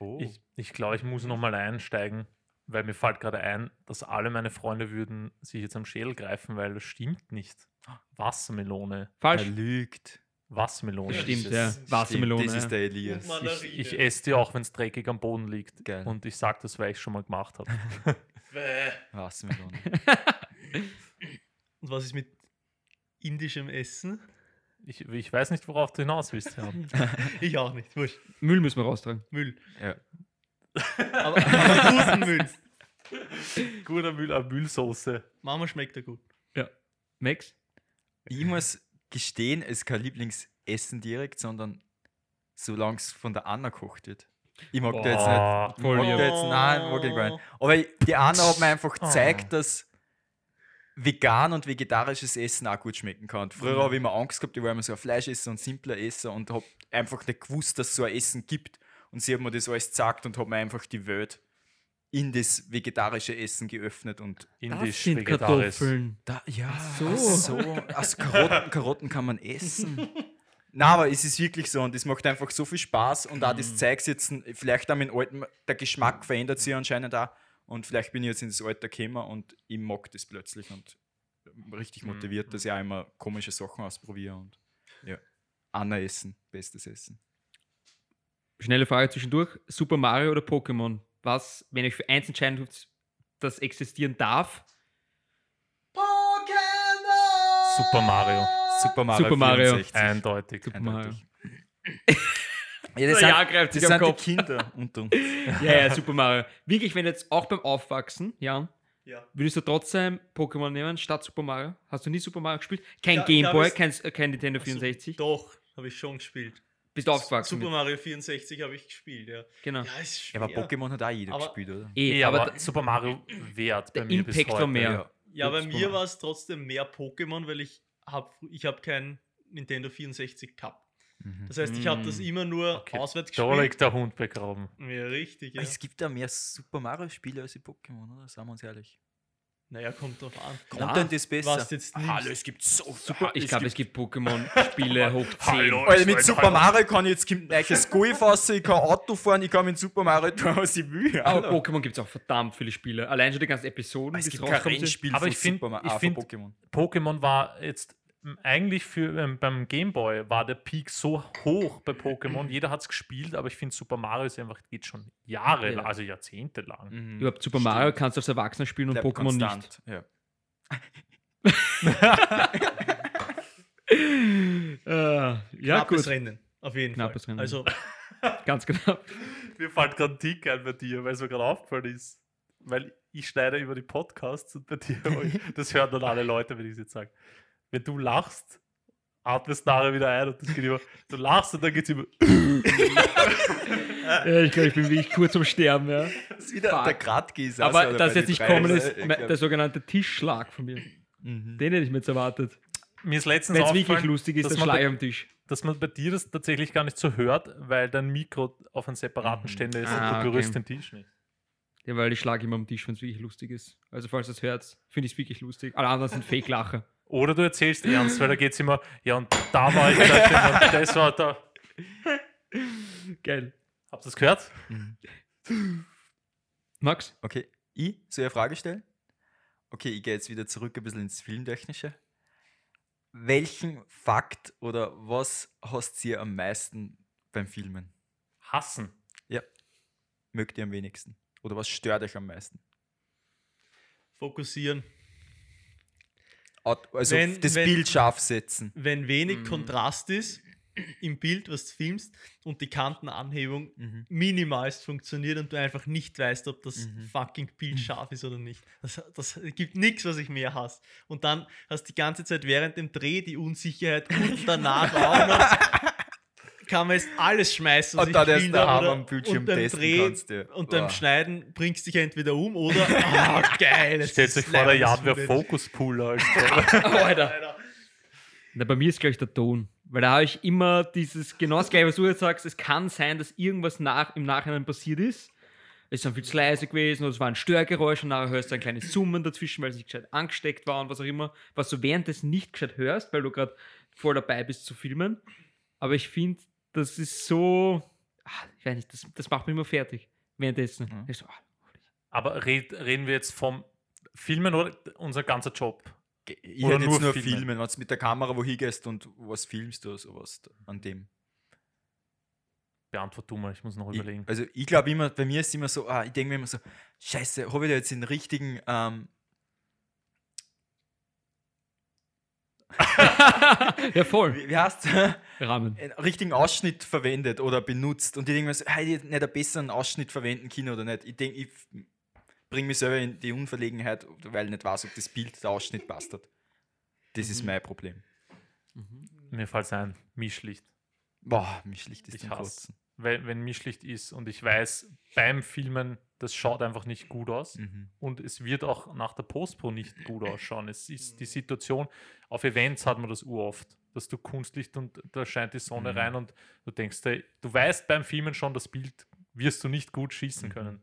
Speaker 1: Oh.
Speaker 3: Ich, ich glaube, ich muss nochmal einsteigen, weil mir fällt gerade ein, dass alle meine Freunde würden sich jetzt am Schädel greifen, weil das stimmt nicht. Wassermelone.
Speaker 1: er
Speaker 2: Falsch.
Speaker 1: lügt.
Speaker 3: Wassermelone.
Speaker 2: Das
Speaker 3: ist
Speaker 2: stimmt,
Speaker 3: es.
Speaker 2: ja. Wassermelone.
Speaker 1: Das
Speaker 2: ja.
Speaker 1: ist der Elias.
Speaker 4: Und man-
Speaker 3: Ich, ich esse die auch, wenn es dreckig am Boden liegt.
Speaker 1: Geil.
Speaker 3: Und ich sage das, weil ich schon mal gemacht habe.
Speaker 1: Wassermelone.
Speaker 4: Und was ist mit indischem Essen?
Speaker 3: Ich, ich weiß nicht, worauf du hinaus willst. Ja.
Speaker 4: Ich auch nicht. Wurscht.
Speaker 2: Müll müssen wir raustragen.
Speaker 4: Müll.
Speaker 1: ja.
Speaker 4: Aber, aber guten Müll.
Speaker 3: Guter Müll, eine Müllsoße.
Speaker 4: Mama schmeckt er gut.
Speaker 2: Max?
Speaker 1: Ich muss gestehen, es ist kein Lieblingsessen direkt, sondern solange es von der Anna gekocht wird. Ich mag da jetzt nicht.
Speaker 3: Boah.
Speaker 2: Voll
Speaker 1: Mag
Speaker 2: lieb.
Speaker 1: da jetzt, nein, mag ich gar nicht. Aber ich- die Anna hat mir einfach gezeigt, dass vegan und vegetarisches Essen auch gut schmecken kann. Und früher habe ich immer Angst gehabt, ich war immer so ein Fleischesser und simpler Esser und habe einfach nicht gewusst, dass es so ein Essen gibt. Und sie hat mir das alles gesagt und hat mir einfach die Welt in das vegetarische Essen geöffnet. Und
Speaker 3: Indisch, vegetarisch.
Speaker 1: da, ja,
Speaker 2: Ach so.
Speaker 1: so. so. Also Karotten, Karotten kann man essen. Na, aber es ist wirklich so und es macht einfach so viel Spaß und auch das zeigt jetzt, vielleicht auch mit alten, der Geschmack verändert sich anscheinend auch und vielleicht bin ich jetzt in das Alter gekommen und ich mag das plötzlich und äh, richtig
Speaker 3: Mhm.
Speaker 1: motiviert, dass ich auch immer komische Sachen ausprobiere und ja. Anna essen, bestes Essen.
Speaker 2: Schnelle Frage zwischendurch. Super Mario oder Pokémon? Was, wenn ich für eins entscheiden dürft, das existieren darf?
Speaker 3: Super Mario.
Speaker 1: Super Mario.
Speaker 2: Super Mario.
Speaker 1: 64.
Speaker 3: Eindeutig.
Speaker 2: Super
Speaker 1: Eindeutig.
Speaker 2: Mario.
Speaker 1: Ja,
Speaker 2: Der
Speaker 1: das sind,
Speaker 2: Jahr greift
Speaker 1: das
Speaker 2: sich am
Speaker 1: sind die
Speaker 2: Kopf.
Speaker 1: Kinder unter uns.
Speaker 2: Ja, ja, Super Mario. Wirklich, wenn jetzt auch beim Aufwachsen, ja,
Speaker 4: Ja.
Speaker 2: Würdest du trotzdem Pokémon nehmen statt Super Mario? Hast du nie Super Mario gespielt? Kein
Speaker 4: Ja, ich
Speaker 2: Game
Speaker 4: hab
Speaker 2: Boy,
Speaker 4: es-
Speaker 2: kein, äh, kein Nintendo 64?
Speaker 4: Also, Doch, habe ich schon gespielt.
Speaker 2: Bist du aufgewachsen?
Speaker 4: Super
Speaker 2: mit?
Speaker 4: Mario 64 habe ich gespielt, ja.
Speaker 2: Genau.
Speaker 4: Ja, ist
Speaker 1: Ja,
Speaker 4: schwer.
Speaker 1: aber Pokémon hat auch jeder
Speaker 4: Aber-
Speaker 1: gespielt, oder?
Speaker 2: Eh,
Speaker 3: Eh,
Speaker 2: aber,
Speaker 3: aber, Super Mario wert bei
Speaker 2: der
Speaker 3: mir bis
Speaker 2: Impact
Speaker 3: heute.
Speaker 2: war mehr.
Speaker 1: Ja.
Speaker 4: Ja, bei
Speaker 2: Pokémon.
Speaker 4: mir war es trotzdem mehr Pokémon, weil ich habe ich hab kein Nintendo 64 gehabt.
Speaker 1: Mhm.
Speaker 4: Das heißt, ich habe das
Speaker 2: Mm.
Speaker 4: immer nur
Speaker 3: Okay,
Speaker 4: auswärts
Speaker 3: Da
Speaker 4: gespielt.
Speaker 3: liegt der Hund begraben.
Speaker 4: Ja, richtig, ja.
Speaker 1: Es gibt da mehr Super Mario-Spiele als die Pokémon, oder? Sagen wir uns ehrlich.
Speaker 4: Naja, kommt drauf an.
Speaker 2: Klar.
Speaker 1: Content ist besser.
Speaker 4: Was jetzt nimmst.
Speaker 1: Hallo, es gibt so
Speaker 2: Super,
Speaker 1: Ha-
Speaker 2: ich glaube, es gibt Pokémon-Spiele hoch 10.
Speaker 3: Hallo.
Speaker 1: Alter, mit
Speaker 3: Alter,
Speaker 1: Super
Speaker 3: Alter.
Speaker 1: Mario kann ich jetzt ein neues Gui fassen, ich kann Auto fahren, ich kann mit Super Mario tun, was ich will.
Speaker 2: Aber
Speaker 1: Hallo.
Speaker 2: Pokémon gibt es auch verdammt viele Spiele. Allein schon die ganzen Episoden.
Speaker 1: es
Speaker 2: die
Speaker 1: gibt
Speaker 2: Ah, es
Speaker 1: kein
Speaker 2: rauskommen sind.
Speaker 1: Rennspiel
Speaker 3: Aber
Speaker 1: von
Speaker 3: ich find-
Speaker 1: Super Mario,
Speaker 3: ich
Speaker 1: ah, von
Speaker 3: find-
Speaker 1: Pokémon.
Speaker 3: Pokémon war jetzt m, eigentlich für ähm, beim Game Boy war der Peak so hoch bei Pokémon. Jeder hat es gespielt, aber ich finde Super Mario ist einfach geht schon Jahre,
Speaker 2: Ja.
Speaker 3: lang, also Jahrzehnte lang.
Speaker 2: Überhaupt Super Mario kannst du als Erwachsener spielen und
Speaker 1: Mhm. Hm. Bleibt
Speaker 2: Pokémon nicht.
Speaker 1: konstant, Ja.
Speaker 2: Äh, ja,
Speaker 4: Knappes
Speaker 2: gut.
Speaker 4: Rennen. Auf jeden
Speaker 2: Knappes
Speaker 4: Fall.
Speaker 2: Rennen.
Speaker 4: Also,
Speaker 2: Ganz genau.
Speaker 3: Mir fällt gerade ein Tick ein bei dir, weil es mir gerade aufgefallen ist. Weil ich schneide über die Podcasts und bei dir, das hören dann alle Leute, wenn ich es jetzt sage. Wenn du lachst, atmest nachher wieder ein und das geht über. Du lachst und dann geht's über.
Speaker 2: Ja, ich glaube, ich bin wirklich kurz am Sterben. Ja.
Speaker 1: Das ist wieder
Speaker 2: Fuck.
Speaker 1: der Gradgis.
Speaker 2: Aber dass jetzt nicht kommen ist, me- der sogenannte Tischschlag von mir.
Speaker 1: Mhm.
Speaker 2: Den hätte ich mir jetzt erwartet.
Speaker 3: Mir ist letztens
Speaker 2: Wenn es
Speaker 3: aufgefallen,
Speaker 2: wirklich lustig ist,
Speaker 3: dass
Speaker 2: dann
Speaker 3: man
Speaker 2: schlage ich am Tisch.
Speaker 3: dass man bei dir das tatsächlich gar nicht so hört, weil dein Mikro auf einem separaten
Speaker 1: Mhm.
Speaker 3: Ständer ist
Speaker 2: Ah,
Speaker 3: und du berührst
Speaker 2: okay.
Speaker 3: den Tisch nicht.
Speaker 2: Ja, weil ich schlage immer am Tisch, wenn es wirklich lustig ist. Also falls das hört, finde ich es wirklich lustig. Alle anderen sind Fake-Lacher.
Speaker 3: Oder du erzählst ernst, weil da geht es immer, ja und da war ich da, und das war da.
Speaker 2: Geil.
Speaker 3: Habt ihr das gehört?
Speaker 2: Max?
Speaker 1: Okay, ich soll eine Frage stellen? Okay, ich gehe jetzt wieder zurück ein bisschen ins Filmtechnische. Welchen Fakt oder was hast ihr am meisten beim Filmen?
Speaker 3: Hassen.
Speaker 1: Mögt ihr am wenigsten? Oder was stört euch am meisten?
Speaker 4: fokussieren.
Speaker 1: Aut- Also
Speaker 4: Wenn-
Speaker 1: das
Speaker 4: wenn-
Speaker 1: Bild scharf setzen.
Speaker 4: Wenn wenig
Speaker 1: Mhm.
Speaker 4: Kontrast ist im Bild, was du filmst, und die Kantenanhebung
Speaker 1: Mhm.
Speaker 4: minimalst funktioniert und du einfach nicht weißt, ob das
Speaker 1: Mhm.
Speaker 4: fucking Bild scharf ist oder nicht. Das, das gibt nichts, was ich mehr hasse. Und dann hast du die ganze Zeit während dem Dreh die Unsicherheit und danach auch noch. Kann man jetzt alles schmeißen,
Speaker 1: Und dann
Speaker 4: ich
Speaker 1: erst
Speaker 4: will
Speaker 1: daheim
Speaker 4: oder-
Speaker 1: am Bildschirm
Speaker 4: und beim
Speaker 1: testen
Speaker 4: Dreh
Speaker 1: kannst du.
Speaker 4: Und beim
Speaker 1: Boah.
Speaker 4: Schneiden bringst dich entweder um oder. Ah, geil! jetzt
Speaker 3: Stellt euch
Speaker 4: ist
Speaker 3: vor, der Jan wäre
Speaker 4: Footage.
Speaker 3: Fokuspooler. als-
Speaker 2: Alter. Na, bei mir ist, glaube ich, der Ton. Weil da habe ich immer dieses, genau das gleiche, was du jetzt sagst, es kann sein, dass irgendwas nach, im Nachhinein passiert ist. Es ist dann viel zu leise gewesen oder es war ein Störgeräusch und nachher hörst du ein kleines Summen dazwischen, weil es nicht gescheit angesteckt war und was auch immer, was du währenddessen nicht gescheit hörst, weil du gerade voll dabei bist zu filmen. Aber ich finde, das ist so, ah, ich weiß nicht, das, das macht mich immer fertig währenddessen.
Speaker 1: Mhm.
Speaker 2: Ich so, ah,
Speaker 3: Aber red, reden wir jetzt vom Filmen oder unser ganzer Job?
Speaker 1: Ge- Ich
Speaker 3: Oder
Speaker 1: hätte jetzt
Speaker 3: nur
Speaker 1: nur
Speaker 3: filmen.
Speaker 1: filmen, wenn du mit der Kamera wohin gehst und was filmst du oder sowas d- an dem.
Speaker 3: Beantwort du mal, ich muss noch
Speaker 1: Ich,
Speaker 3: überlegen.
Speaker 1: also ich glaube immer, bei mir ist immer so, ah, ich denke mir immer so, scheiße, habe ich da jetzt den richtigen ähm,
Speaker 2: ah. ja, voll.
Speaker 1: wie, wie heißt
Speaker 2: Rahmen.
Speaker 1: einen richtigen Ausschnitt verwendet oder benutzt und ich denke mir so, hey, ich hätte nicht einen besseren Ausschnitt verwenden können oder nicht. Ich denke, ich bringe mich selber in die Unverlegenheit, weil ich nicht weiß, ob das Bild der Ausschnitt passt hat. Das ist mein Problem.
Speaker 3: Mir fällt es ein, Mischlicht.
Speaker 1: Boah, mich schlicht ist
Speaker 3: Ich
Speaker 1: zum
Speaker 3: hasse.
Speaker 1: Kotzen.
Speaker 3: Wenn, wenn Mischlicht ist und ich weiß, beim Filmen, das schaut einfach nicht gut aus.
Speaker 1: Mhm.
Speaker 3: und es wird auch nach der Postpro nicht
Speaker 4: Äh,
Speaker 3: gut ausschauen. Es ist die Situation, auf Events hat man das uroft, dass du Kunstlicht und da scheint die Sonne
Speaker 1: Mhm.
Speaker 3: rein und du denkst, ey, du weißt beim Filmen schon, das Bild wirst du nicht gut schießen
Speaker 1: Mhm.
Speaker 3: können.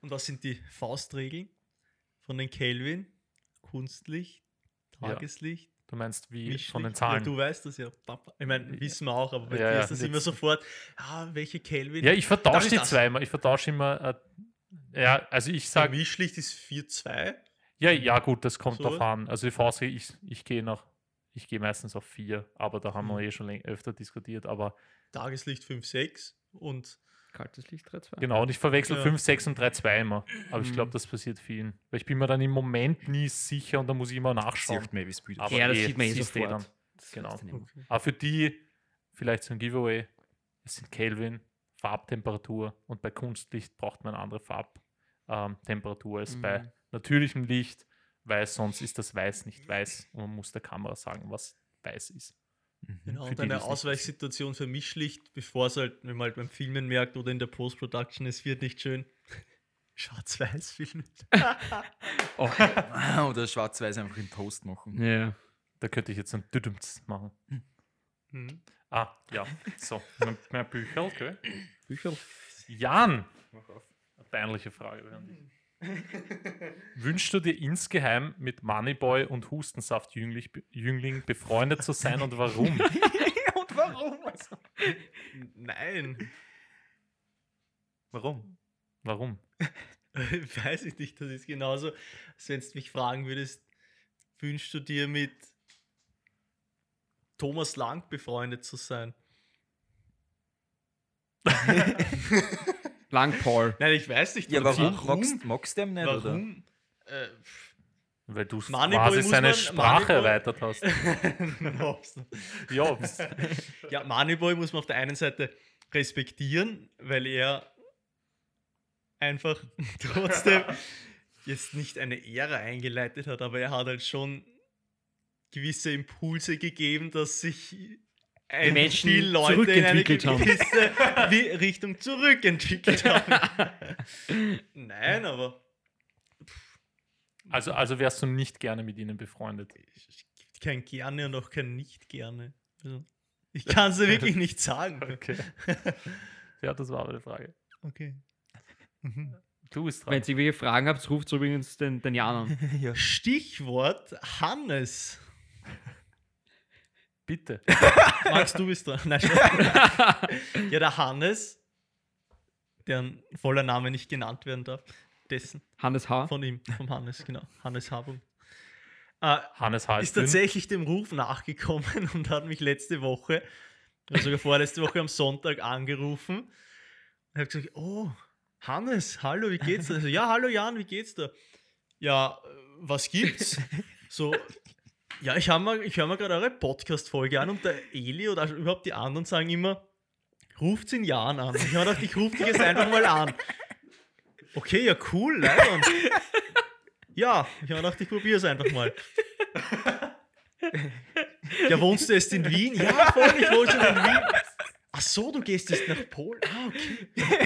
Speaker 4: Und was sind die Faustregeln von den Kelvin? Kunstlicht,
Speaker 3: Ja.
Speaker 4: Tageslicht,
Speaker 3: Du meinst wie
Speaker 4: Mischlicht.
Speaker 3: von den
Speaker 4: Ja,
Speaker 3: Zahlen.
Speaker 4: du weißt das ja, Papa. Ich meine, wissen wir auch, aber bei
Speaker 3: Ja,
Speaker 4: dir
Speaker 3: ja.
Speaker 4: ist das immer sofort, ah, welche Kelvin?
Speaker 3: Ja, ich
Speaker 4: Darf
Speaker 3: vertausche
Speaker 4: ich
Speaker 3: die
Speaker 4: das?
Speaker 3: zweimal. Ich vertausche immer, äh, ja, also ich
Speaker 4: Sag,
Speaker 3: sage,
Speaker 4: Mischlicht ist 4,2.
Speaker 3: ja, ja gut, das kommt
Speaker 4: So.
Speaker 3: drauf an. Also die Faustregel, ich, ich gehe nach, ich gehe meistens auf vier, aber da
Speaker 4: Mhm.
Speaker 3: haben wir eh schon läng- öfter diskutiert, aber
Speaker 4: Tageslicht 5,6 und
Speaker 2: Kaltes Licht 3-2.
Speaker 3: Genau, und ich verwechsel
Speaker 4: Ja.
Speaker 3: 5, 6 und 3, 2 immer. Aber ich
Speaker 2: Mhm.
Speaker 3: glaube, das passiert vielen. Weil ich bin mir dann im Moment nie sicher und da muss ich immer nachschauen.
Speaker 1: Sieht mir, wie es Bild
Speaker 3: Aber
Speaker 2: Ja, das
Speaker 3: eh,
Speaker 2: sieht man eh
Speaker 3: siehst eh
Speaker 2: sofort.
Speaker 3: dann.
Speaker 2: Das
Speaker 3: Genau.
Speaker 2: weißt du nicht mehr.
Speaker 3: Aber für die, vielleicht so ein Giveaway, es sind Kelvin, Farbtemperatur und bei Kunstlicht braucht man eine andere Farbtemperatur ähm, Temperatur als bei
Speaker 2: Mhm.
Speaker 3: natürlichem Licht, weil sonst ist das Weiß nicht weiß und man muss der Kamera sagen, was weiß ist. Hm,
Speaker 4: Genau,
Speaker 1: Mhm.
Speaker 3: Für
Speaker 4: und
Speaker 3: die, die
Speaker 4: eine
Speaker 3: es nicht
Speaker 4: Ausweichsituation für mich schlicht, bevor es halt, wenn man halt beim Filmen merkt oder in der Post-Production, es wird nicht schön. Schwarz-Weiß-Film.
Speaker 1: Oder schwarz-weiß einfach in Toast machen.
Speaker 2: Oh, Ja.
Speaker 3: Da könnte ich jetzt ein Düdümts machen.
Speaker 4: Hm.
Speaker 3: Ah, ja. So, mehr, mehr Bücher, okay. Jan, eine peinliche Frage an dich. Wünschst du dir insgeheim mit Moneyboy und Hustensaft Jünglich, Jüngling befreundet zu sein und warum?
Speaker 1: Und warum?
Speaker 4: Nein,
Speaker 3: Warum? Warum?
Speaker 4: weiß ich nicht. Das ist genauso, als wenn du mich fragen würdest, wünschst du dir mit Thomas Lang befreundet zu sein?
Speaker 2: Lang Paul.
Speaker 4: Nein, ich weiß nicht.
Speaker 1: Ja,
Speaker 4: oder
Speaker 1: warum?
Speaker 4: warum?
Speaker 1: Magst, magst du dem nicht, oder?
Speaker 4: Warum? Äh, pff,
Speaker 3: Weil du
Speaker 4: Moneyboy
Speaker 3: quasi
Speaker 4: muss
Speaker 3: seine
Speaker 4: man-
Speaker 3: Sprache
Speaker 4: Moneyboy-
Speaker 3: erweitert hast.
Speaker 4: Ob's-
Speaker 3: Jobs.
Speaker 4: Ja, Moneyboy muss man auf der einen Seite respektieren, weil er einfach trotzdem jetzt nicht eine Ära eingeleitet hat, aber er hat halt schon gewisse Impulse gegeben, dass sich ein
Speaker 2: Menschen
Speaker 4: viel Leute in eine
Speaker 2: zurückentwickelt haben.
Speaker 4: gewisse Wi- Richtung zurückentwickelt haben. Nein, aber
Speaker 3: Also, also wärst du nicht gerne mit ihnen befreundet.
Speaker 4: es gibt kein gerne und auch kein nicht gerne. Also, ich kann es wirklich nicht sagen.
Speaker 3: Okay. Ja, das war aber die Frage.
Speaker 4: Okay.
Speaker 3: Du bist dran.
Speaker 2: Wenn ihr irgendwelche Fragen habt, ruft übrigens den, den Jan an.
Speaker 1: Ja.
Speaker 4: Stichwort Hannes.
Speaker 3: Bitte.
Speaker 4: Max, du bist dran. Nein, Spaß. ja, der Hannes, deren voller Name nicht genannt werden darf, dessen,
Speaker 2: Hannes H.
Speaker 4: von ihm, vom Hannes, genau, Hannes Habum, äh,
Speaker 3: Hannes Hals.
Speaker 4: ist eh- tatsächlich dem Ruf nachgekommen und hat mich letzte Woche, oder sogar vorletzte Woche am Sonntag angerufen und hat gesagt, oh, Hannes, hallo, wie geht's dir? Also, ja, hallo Jan, wie geht's dir? Ja, äh, was gibt's? So, ja, ich, hab mal- ich höre mir gerade eure Podcast-Folge an und der Eli oder überhaupt die anderen sagen immer, ruft in Jahren an. Ich habe gedacht, ich rufe dich jetzt einfach mal an. Okay, ja, cool, leider. Ja, ich habe gedacht, ich probiere es einfach mal. Ja, wohnst du jetzt in Wien? Ja, voll, ich wohne schon in Wien. Ach so, du gehst jetzt nach Polen? Ah, okay.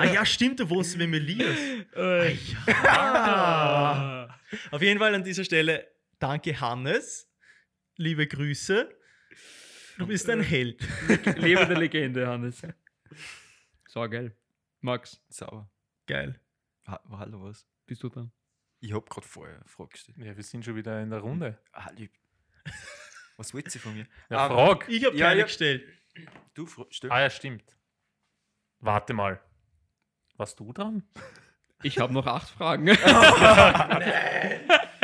Speaker 4: Ah ja, stimmt, du wohnst mit dem Elias. Ah,
Speaker 1: Ah.
Speaker 4: Ja.
Speaker 2: Ah.
Speaker 4: Auf jeden Fall an dieser Stelle danke Hannes. Liebe Grüße. Du bist ein Held.
Speaker 2: Lebende Legende, Hannes. So geil. Max,
Speaker 1: Sauer.
Speaker 4: Geil.
Speaker 1: Ha hallo, was?
Speaker 2: bist du dran?
Speaker 1: Ich hab grad vorher eine Frage gestellt.
Speaker 3: Ja, wir sind schon wieder in der Runde.
Speaker 1: Hallo. Was wollt ihr von mir?
Speaker 3: Ja,
Speaker 1: Ah,
Speaker 3: Frog.
Speaker 4: Ich habe
Speaker 1: Ja,
Speaker 4: keine
Speaker 1: ja.
Speaker 4: gestellt.
Speaker 1: Du, Fro- stell.
Speaker 3: Ah ja, stimmt. Warte mal. Warst du dran?
Speaker 2: Ich habe noch acht Fragen.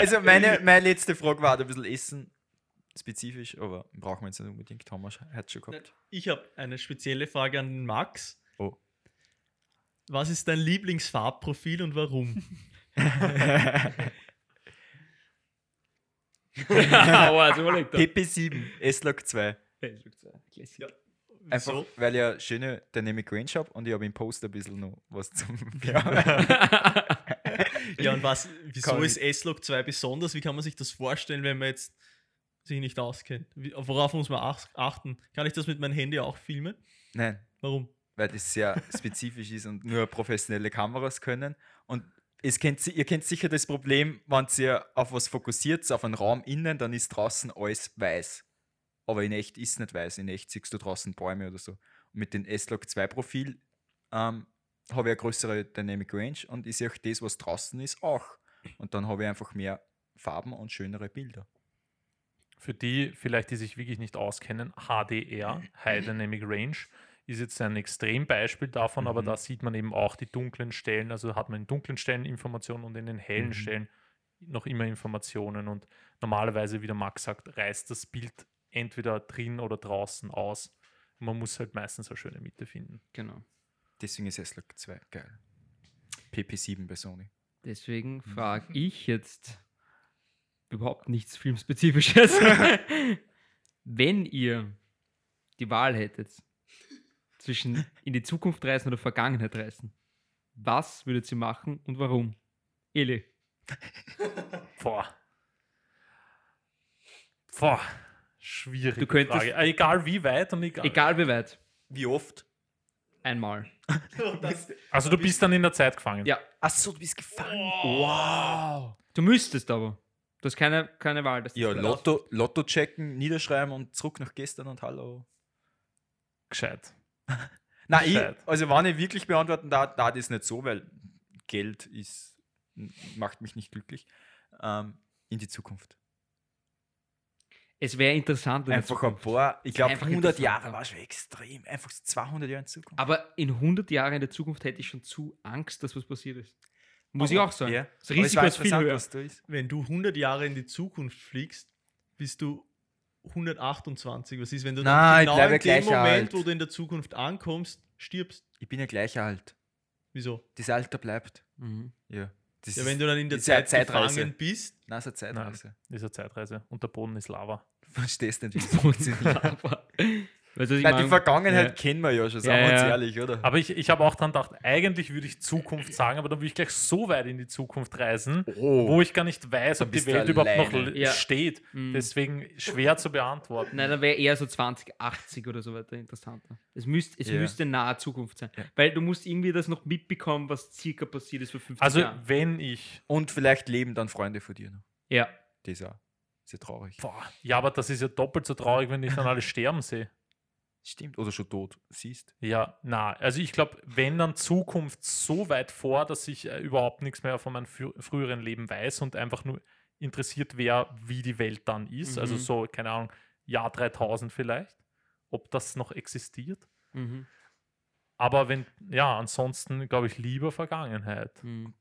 Speaker 1: Also meine, meine letzte Frage war halt ein bisschen Essen spezifisch, aber brauchen wir jetzt nicht unbedingt. Thomas hat schon gehabt.
Speaker 4: Ich habe eine spezielle Frage an den Max.
Speaker 1: Oh.
Speaker 4: Was ist dein Lieblingsfarbprofil und warum?
Speaker 2: Aua, also überleg da.
Speaker 1: PP7, S-Log 2. Einfach,
Speaker 4: Wieso?
Speaker 1: weil ich eine schöne Dynamic Range habe und ich habe im Post ein bisschen noch was zum Werben.
Speaker 4: Ja, und was, wieso
Speaker 1: Kann
Speaker 4: ist S-Log 2 besonders? Wie kann man sich das vorstellen, wenn man jetzt sich nicht auskennt? Wie, auf worauf muss man ach- achten? Kann ich das mit meinem Handy auch filmen?
Speaker 1: Nein,
Speaker 4: Warum?
Speaker 1: weil das sehr spezifisch ist und nur professionelle Kameras können. Und es kennt, si- ihr kennt sicher das Problem, wenn ihr auf was fokussiert, auf einen Raum innen, dann ist draußen alles weiß. Aber in echt ist nicht weiß. In echt siehst du draußen Bäume oder so. Und mit dem S-Log 2 Profil ähm, habe ich eine größere Dynamic Range und ich sehe auch das, was draußen ist, auch. Und dann habe ich einfach mehr Farben und schönere Bilder.
Speaker 3: Für die, vielleicht, die sich wirklich nicht auskennen, HDR, High Dynamic Range, ist jetzt ein Extrembeispiel davon, aber
Speaker 1: Mhm.
Speaker 3: da sieht man eben auch die dunklen Stellen. Also hat man in dunklen Stellen Informationen und in den hellen
Speaker 1: Mhm.
Speaker 3: Stellen noch immer Informationen. Und normalerweise, wie der Max sagt, reißt das Bild entweder drin oder draußen aus. Man muss halt meistens eine schöne Mitte finden.
Speaker 2: Genau.
Speaker 1: Deswegen ist S-Log 2 geil. PP7 bei Sony.
Speaker 2: Deswegen frage ich jetzt überhaupt nichts Filmspezifisches. Wenn ihr die Wahl hättet zwischen in die Zukunft reisen oder Vergangenheit reisen, was würdet ihr machen und warum? Eli,
Speaker 3: Boah. Boah. Schwierige
Speaker 2: Du könntest-
Speaker 3: Frage. Äh, Egal wie weit und egal.
Speaker 2: Egal wie weit.
Speaker 1: Wie oft?
Speaker 2: Einmal.
Speaker 3: Also du bist dann in der Zeit gefangen.
Speaker 2: Ja.
Speaker 1: Achso, du bist gefangen.
Speaker 3: Wow.
Speaker 2: Du müsstest aber. Du hast keine, keine Wahl. Das
Speaker 1: Ja,
Speaker 2: ist-
Speaker 1: Lotto, Lotto checken, niederschreiben und zurück nach gestern und hallo.
Speaker 3: Gescheit.
Speaker 1: Nein,
Speaker 3: Gescheit.
Speaker 1: ich, also wenn ich wirklich beantworten darf, da das nicht so, weil Geld ist, macht mich nicht glücklich. Ähm, in die Zukunft.
Speaker 2: Es wäre interessant. in der
Speaker 1: Einfach ein
Speaker 2: Zukunft.
Speaker 1: paar, ich glaube
Speaker 2: Einfach
Speaker 1: 100
Speaker 2: interessant,
Speaker 1: Jahre
Speaker 2: ja.
Speaker 1: war schon extrem. Einfach so 200 Jahre in Zukunft.
Speaker 2: Aber in 100 Jahren in der Zukunft hätte ich schon zu Angst, dass was passiert ist. Muss ich auch sagen.
Speaker 1: Ja.
Speaker 2: Das Risiko
Speaker 1: Aber
Speaker 2: ist
Speaker 1: es war
Speaker 2: viel
Speaker 1: interessant,
Speaker 2: höher.
Speaker 1: was da ist.
Speaker 4: Wenn du 100 Jahre in die Zukunft fliegst, bist du 128. Was ist, wenn du dann
Speaker 1: Nein, ich
Speaker 4: genau
Speaker 1: bleibe
Speaker 4: in dem
Speaker 1: gleich
Speaker 4: Moment,
Speaker 1: alt.
Speaker 4: wo du in der Zukunft ankommst, stirbst?
Speaker 1: Ich bin ja gleich alt.
Speaker 4: Wieso?
Speaker 1: Das Alter bleibt.
Speaker 2: Mhm.
Speaker 1: Ja. Das
Speaker 4: Ja, wenn du dann in der
Speaker 1: ist ja eine
Speaker 4: Zeit
Speaker 1: Zeitreise.
Speaker 4: gefangen bist,
Speaker 1: Nein, es ist eine Zeitreise.
Speaker 3: Dieser Zeitreise. Und der Boden ist Lava.
Speaker 1: Verstehst nicht, wie es funktioniert.
Speaker 2: Aber- Weißt du, was ich
Speaker 1: Nein, die
Speaker 2: meine?
Speaker 1: Vergangenheit
Speaker 2: Ja.
Speaker 1: kennen wir ja schon, sagen
Speaker 2: Ja,
Speaker 1: wir uns
Speaker 2: ja.
Speaker 1: ehrlich, oder?
Speaker 3: Aber ich, ich habe auch dann gedacht, eigentlich würde ich Zukunft sagen, aber dann würde ich gleich so weit in die Zukunft reisen,
Speaker 1: Oh.
Speaker 3: wo ich gar nicht weiß,
Speaker 1: Dann
Speaker 3: ob die
Speaker 1: bist du
Speaker 3: Welt überhaupt noch
Speaker 1: alleine.
Speaker 3: l-
Speaker 2: Ja.
Speaker 3: steht.
Speaker 2: Mhm.
Speaker 3: Deswegen schwer zu beantworten.
Speaker 2: Nein, dann wäre eher so 2080 oder so weiter interessanter. Es, müsst, es
Speaker 1: Ja.
Speaker 2: müsste nahe Zukunft sein. Weil du musst irgendwie das noch mitbekommen, was circa passiert ist vor 50
Speaker 3: Also,
Speaker 2: Jahren.
Speaker 3: wenn ich.
Speaker 1: Und vielleicht leben dann Freunde von dir noch.
Speaker 2: Ja.
Speaker 1: Das ist auch sehr traurig.
Speaker 3: Boah, ja, aber das ist ja doppelt so traurig, wenn ich dann alle sterben sehe.
Speaker 1: Stimmt. Oder schon tot siehst.
Speaker 3: Ja, na, also ich glaube, wenn dann Zukunft so weit vor, dass ich äh, überhaupt nichts mehr von meinem frü- früheren Leben weiß und einfach nur interessiert wäre, wie die Welt dann ist. Also
Speaker 2: Mhm.
Speaker 3: so, keine Ahnung, Jahr 3000 vielleicht, ob das noch existiert.
Speaker 2: Mhm.
Speaker 3: Aber wenn, ja, ansonsten glaube ich lieber Vergangenheit.
Speaker 2: Mhm.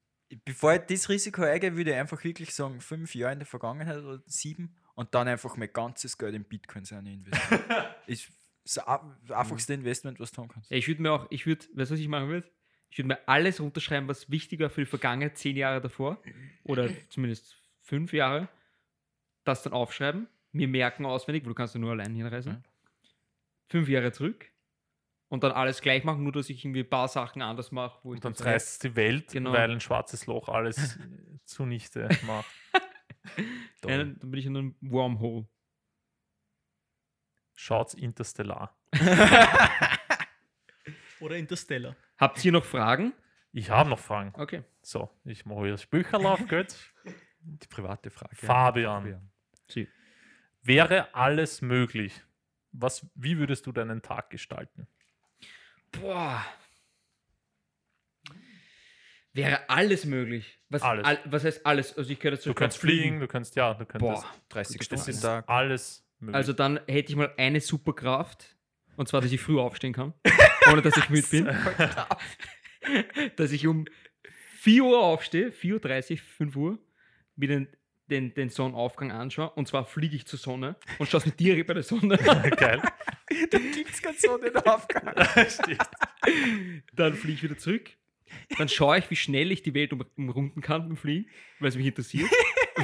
Speaker 1: Bevor ich das Risiko eingehe, würde ich einfach wirklich sagen, fünf Jahre in der Vergangenheit oder sieben und dann einfach mein ganzes Geld in Bitcoins rein investieren. ist das a- einfachste Investment, was du haben kannst.
Speaker 2: Ja, Ich würde mir auch, ich würde, weißt du, was ich machen würde? Ich würde mir alles runterschreiben, was wichtig war für die Vergangenheit, zehn Jahre davor oder zumindest fünf Jahre, das dann aufschreiben, mir merken auswendig, weil du kannst ja nur allein hinreisen,
Speaker 1: Mhm.
Speaker 2: fünf Jahre zurück und dann alles gleich machen, nur dass ich irgendwie ein paar Sachen anders mache, wo ich
Speaker 3: Und dann
Speaker 2: das-
Speaker 3: zerreißt die Welt,
Speaker 2: Genau.
Speaker 3: weil ein schwarzes Loch alles äh, zunichte macht.
Speaker 2: Ja, dann dann bin ich in einem Wormhole.
Speaker 3: Schaut's Interstellar.
Speaker 4: oder Interstellar.
Speaker 2: Habt ihr noch Fragen?
Speaker 3: Ich habe noch Fragen.
Speaker 2: Okay.
Speaker 3: So, ich mache das Bücherl auf, gut?
Speaker 1: Die private Frage.
Speaker 3: Fabian.
Speaker 2: Sie.
Speaker 3: Wäre alles möglich, was, wie würdest du deinen Tag gestalten?
Speaker 2: Boah. Wäre alles möglich. Was,
Speaker 3: Alles.
Speaker 2: All, was heißt alles? Also ich könnte jetzt
Speaker 3: Du könntest fliegen, du könntst, ja, du könntest.
Speaker 2: Boah.
Speaker 1: 30
Speaker 3: Das
Speaker 1: Stunden am
Speaker 3: ist
Speaker 1: Tag.
Speaker 3: alles möglich.
Speaker 2: Also dann hätte ich mal eine Superkraft. Und zwar, dass ich früh aufstehen kann. ohne dass ich müde bin. dass ich um 4 Uhr aufstehe, 4.30 Uhr, 5 Uhr, mir den, den, den Sonnenaufgang anschaue. Und zwar fliege ich zur Sonne und schaue mir direkt bei der Sonne an.
Speaker 3: Geil.
Speaker 1: Da gibt es ganz so den Aufgang.
Speaker 3: Stimmt.
Speaker 2: Dann fliege ich wieder zurück. Dann schaue ich, wie schnell ich die Welt um, umrunden kann beim Fliegen, weil es mich interessiert,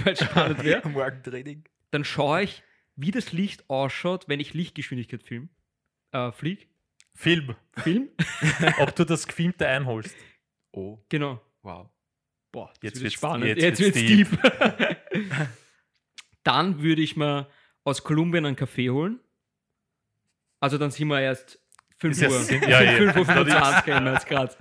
Speaker 2: weil es spannend wäre.
Speaker 1: Morgen Training.
Speaker 2: Dann schaue ich, wie das Licht ausschaut, wenn ich Lichtgeschwindigkeit film, äh, flieg,
Speaker 3: Film.
Speaker 2: film.
Speaker 3: Ob du das Gefilmte einholst.
Speaker 1: Oh,
Speaker 2: Genau.
Speaker 1: wow.
Speaker 2: Boah, jetzt
Speaker 3: Jetzt wird's-
Speaker 2: wird's spannend. Jetzt,
Speaker 3: jetzt wird's
Speaker 2: wird's, deep. dann würde ich mir aus Kolumbien einen Kaffee holen. Also dann sind wir erst 5
Speaker 3: Ist ja
Speaker 2: Uhr.
Speaker 3: Sinn- ja, ja.
Speaker 2: 5 Uhr 25 Grad.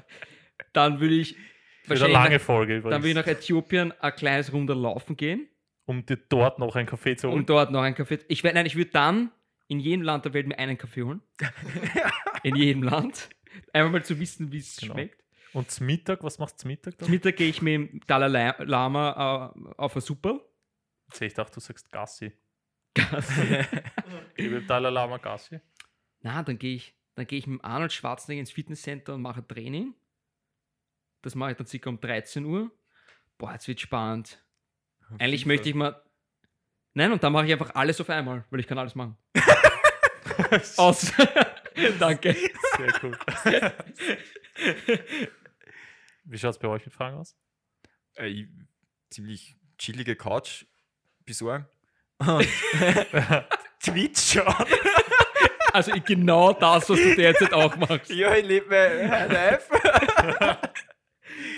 Speaker 2: Dann würde ich
Speaker 3: Für eine
Speaker 2: wahrscheinlich
Speaker 3: lange
Speaker 2: nach,
Speaker 3: Folge übrigens.
Speaker 2: dann würde ich nach Äthiopien ein kleines Runde laufen gehen
Speaker 3: um dir dort noch einen Kaffee zu holen.
Speaker 2: und dort noch einen Kaffee. Ich wär, nein, ich würde dann in jedem Land der Welt mir einen Kaffee holen. in jedem Land. Einfach mal zu wissen, wie es
Speaker 3: Genau.
Speaker 2: schmeckt.
Speaker 3: Und zum Mittag, was machst du zum Mittag
Speaker 2: Zum
Speaker 3: dann?
Speaker 2: Mittag gehe ich mit dem Dalai La- Lama äh, auf eine Suppe.
Speaker 3: Jetzt hätte Ich dachte, du sagst Gassi. Ich will Dalai Lama Gassi.
Speaker 2: Na, dann gehe ich, dann gehe ich mit Arnold Schwarzenegger ins Fitnesscenter und mache ein Training. Das mache ich dann circa um 13 Uhr. Boah, jetzt wird spannend. Eigentlich möchte ich mal. Nein, und dann mache ich einfach alles auf einmal, weil ich kann alles machen. Aus. Danke.
Speaker 3: Sehr cool. Wie schaut es bei euch mit Fragen aus?
Speaker 1: Äh, ich- ziemlich chillige Couch besorgen. Twitch schauen.
Speaker 2: Also ich- genau das, was du derzeit auch machst.
Speaker 1: Ja, ich lebe mein Life.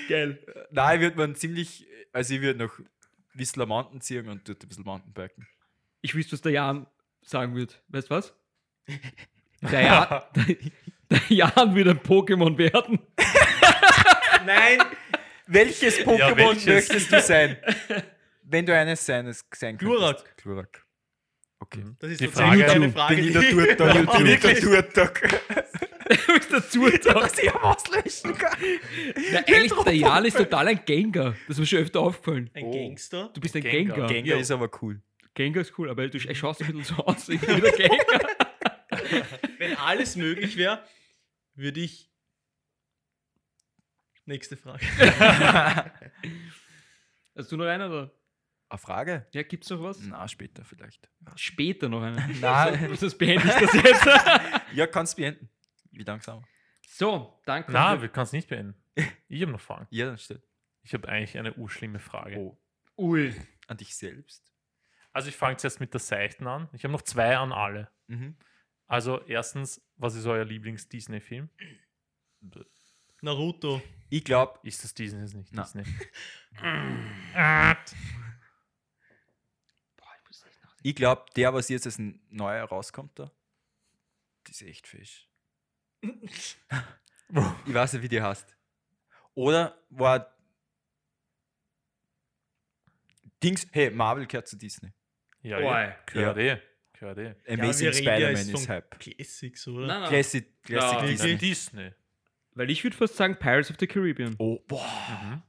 Speaker 2: Geil.
Speaker 1: Nein, ich würde mir einen ziemlich Also ich würde nach Whistler Mountain ziehen und dort ein bisschen Mountainbiken.
Speaker 2: Ich wüsste, was der Jan sagen wird. Weißt du was? Der Jan, der, der Jan wird ein Pokémon werden.
Speaker 1: Nein! Welches Pokémon
Speaker 3: welches?
Speaker 1: möchtest du sein? Wenn du eines seines sein
Speaker 4: Glurak.
Speaker 1: könntest. Glurak. Okay.
Speaker 4: Das ist
Speaker 3: Die
Speaker 4: tatsächlich
Speaker 3: Frage-
Speaker 4: eine Frage,
Speaker 1: Bin ich der Turtok?
Speaker 4: Ja,
Speaker 1: Bin ich
Speaker 4: wirklich.
Speaker 1: der Turtok?
Speaker 2: Du bist dazu da.
Speaker 1: Dass ich am auslöschen kann.
Speaker 2: Na, Eigentlich, der Jan ist total ein Gengar. Das ist mir schon öfter aufgefallen.
Speaker 4: Ein
Speaker 1: Oh.
Speaker 4: Gangster.
Speaker 2: Du bist ein
Speaker 3: Gengar.
Speaker 2: Gengar. Gengar,
Speaker 1: Gengar ist aber cool.
Speaker 2: ist cool, aber du sch- schaust ein bisschen so aus wie der Gengar.
Speaker 4: Wenn alles möglich wäre, würde ich. Nächste Frage.
Speaker 2: Hast du noch einen oder?
Speaker 1: Eine Frage?
Speaker 2: Ja, gibt's noch was?
Speaker 1: Na, später vielleicht.
Speaker 2: Später noch einen.
Speaker 1: Nein.
Speaker 2: Das, das beende ich das jetzt.
Speaker 1: Ja, kannst beenden. Wie langsam?
Speaker 2: So, danke.
Speaker 3: Na, wir können es nicht beenden. Ich habe noch Fragen.
Speaker 1: Ja, dann steht.
Speaker 3: Ich habe eigentlich eine urschlimme Frage.
Speaker 1: Oh.
Speaker 2: Ui.
Speaker 1: An dich selbst.
Speaker 3: Also ich fange zuerst mit der Seichten an. Ich habe noch zwei an alle.
Speaker 1: Mhm.
Speaker 3: Also erstens, was ist euer Lieblings-Disney-Film?
Speaker 4: Naruto.
Speaker 1: Ich glaube,
Speaker 3: Ist das Disney? Ist nicht
Speaker 1: Na.
Speaker 3: Disney.
Speaker 2: Boah, ich muss echt nachdenken.
Speaker 1: ich glaub, der, was jetzt als ein neuer rauskommt, da, das ist echt fisch. ich weiß nicht, wie die heißt. Oder war Dings, hey, Marvel gehört zu Disney.
Speaker 3: Ja,
Speaker 2: Boah.
Speaker 3: ja. Gehört eh. Gehört eh.
Speaker 1: Amazing
Speaker 4: wir reden ja
Speaker 1: Spider-Man
Speaker 4: jetzt
Speaker 1: ist
Speaker 4: von
Speaker 1: Hype.
Speaker 4: Classics, oder?
Speaker 2: Nein, nein.
Speaker 1: Classic, Classic
Speaker 2: Ah. Ja,
Speaker 1: Disney.
Speaker 3: Nein, Disney.
Speaker 2: Weil ich würde fast sagen Pirates of the Caribbean.
Speaker 1: Oh, boah.
Speaker 3: Mhm.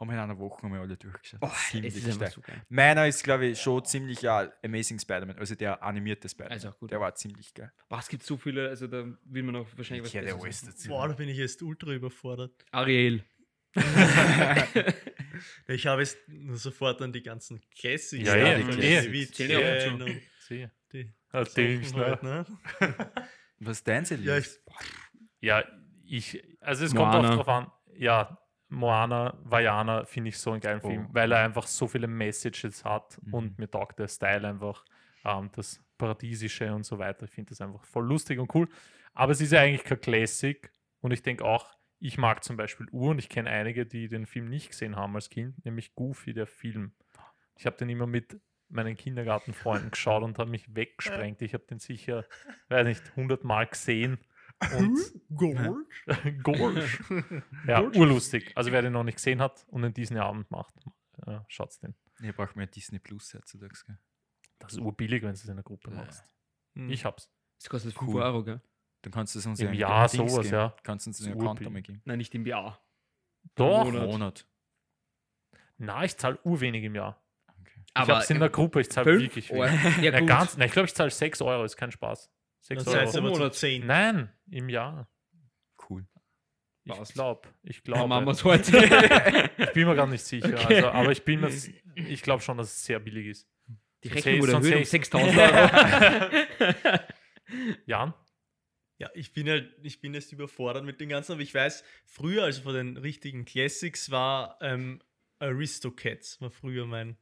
Speaker 1: Haben wir in einer Woche einmal alle durchgeschaut.
Speaker 2: es ist einfach so geil.
Speaker 1: Meiner ist, glaube ich, schon ziemlich ja, Amazing Spider-Man, also der animierte Spider-Man.
Speaker 2: Also gut.
Speaker 1: Der war ziemlich geil.
Speaker 2: Boah, es gibt so viele, also da will man noch wahrscheinlich was Besseres machen.
Speaker 4: Boah, da bin ich jetzt ultra überfordert.
Speaker 2: Ariel.
Speaker 4: Ich habe jetzt sofort an die ganzen Classics.
Speaker 3: Ja,
Speaker 4: gedacht,
Speaker 1: eh,
Speaker 4: weil
Speaker 1: eh.
Speaker 4: die
Speaker 2: Zählen ja auch
Speaker 4: Witze
Speaker 2: schon.
Speaker 4: und
Speaker 3: Sie.
Speaker 4: die
Speaker 3: Ah, Dings,
Speaker 4: Sachen halt,
Speaker 3: ne?
Speaker 4: ne?
Speaker 1: Was ist dein Ziel?
Speaker 4: Ja, ich,
Speaker 3: Ja, ich, also es kommt
Speaker 2: Moana.
Speaker 3: auch drauf an. Ja, Moana, Vajana finde ich so einen geilen
Speaker 1: Oh.
Speaker 3: Film, weil er einfach so viele Messages hat
Speaker 1: Mhm.
Speaker 3: und mir taugt der Style einfach, ähm, das Paradiesische und so weiter. Ich finde das einfach voll lustig und cool. Aber es ist ja eigentlich kein Classic und ich denke auch, ich mag zum Beispiel Uhr und ich kenne einige, die den Film nicht gesehen haben als Kind, nämlich Goofy, der Film. Ich habe den immer mit meinen Kindergartenfreunden geschaut und habe mich weggesprengt. Ich habe den sicher, weiß nicht, 100 Mal gesehen.
Speaker 1: Hm?
Speaker 3: Und
Speaker 4: Gold?
Speaker 3: Gorsch. ja, urlustig. Also wer den noch nicht gesehen hat und einen Disney-Abend macht, äh, schaut's den.
Speaker 1: ich brauche mehr Disney Plus heutzutage. gell?
Speaker 3: Das ist urbillig, wenn du es in der Gruppe
Speaker 1: Ja.
Speaker 3: machst.
Speaker 4: Hm.
Speaker 3: Ich hab's.
Speaker 2: Das kostet 5
Speaker 1: Cool.
Speaker 2: Euro, gell?
Speaker 1: Dann kannst du es uns
Speaker 3: Im
Speaker 1: in den
Speaker 3: Jahr
Speaker 1: Dings
Speaker 3: sowas,
Speaker 1: geben.
Speaker 3: ja.
Speaker 1: Kannst du uns
Speaker 3: Das
Speaker 1: den
Speaker 3: ist
Speaker 1: Account
Speaker 3: urbillig.
Speaker 1: einmal geben.
Speaker 2: Nein, nicht im Jahr.
Speaker 3: Doch.
Speaker 2: Monat.
Speaker 3: Na, ich zahle urwenig im Jahr.
Speaker 1: Okay.
Speaker 3: ich hab's in der Gruppe, ich zahle
Speaker 2: fünf
Speaker 3: wirklich
Speaker 2: Euro.
Speaker 3: wenig.
Speaker 2: Ja,
Speaker 3: Na,
Speaker 2: gut.
Speaker 3: ganz, na, ich glaube, ich zahle 6 Euro, ist kein Spaß. 6
Speaker 4: Das heißt
Speaker 3: Euro.
Speaker 4: aber zu
Speaker 2: Monat.
Speaker 4: 10.
Speaker 3: Nein, im Jahr.
Speaker 1: Cool.
Speaker 3: Ich
Speaker 2: Was?
Speaker 3: glaube, ich
Speaker 2: Ja, machen
Speaker 3: glaube.
Speaker 2: wir's heute.
Speaker 3: Ich bin mir gar nicht sicher.
Speaker 2: Okay.
Speaker 3: Also, aber ich bin mir, ich glaube schon, dass es sehr billig ist.
Speaker 2: Die
Speaker 3: Sonst
Speaker 2: Rechnung
Speaker 3: hätte-
Speaker 2: wurde erhöht
Speaker 3: sonst
Speaker 2: um
Speaker 3: hätte ich-
Speaker 2: 6000 Euro.
Speaker 3: Jan?
Speaker 4: Ja, ich bin halt, ich bin jetzt überfordert mit dem Ganzen, aber ich weiß, früher, also von den richtigen Classics, war ähm, Aristocats, war früher mein.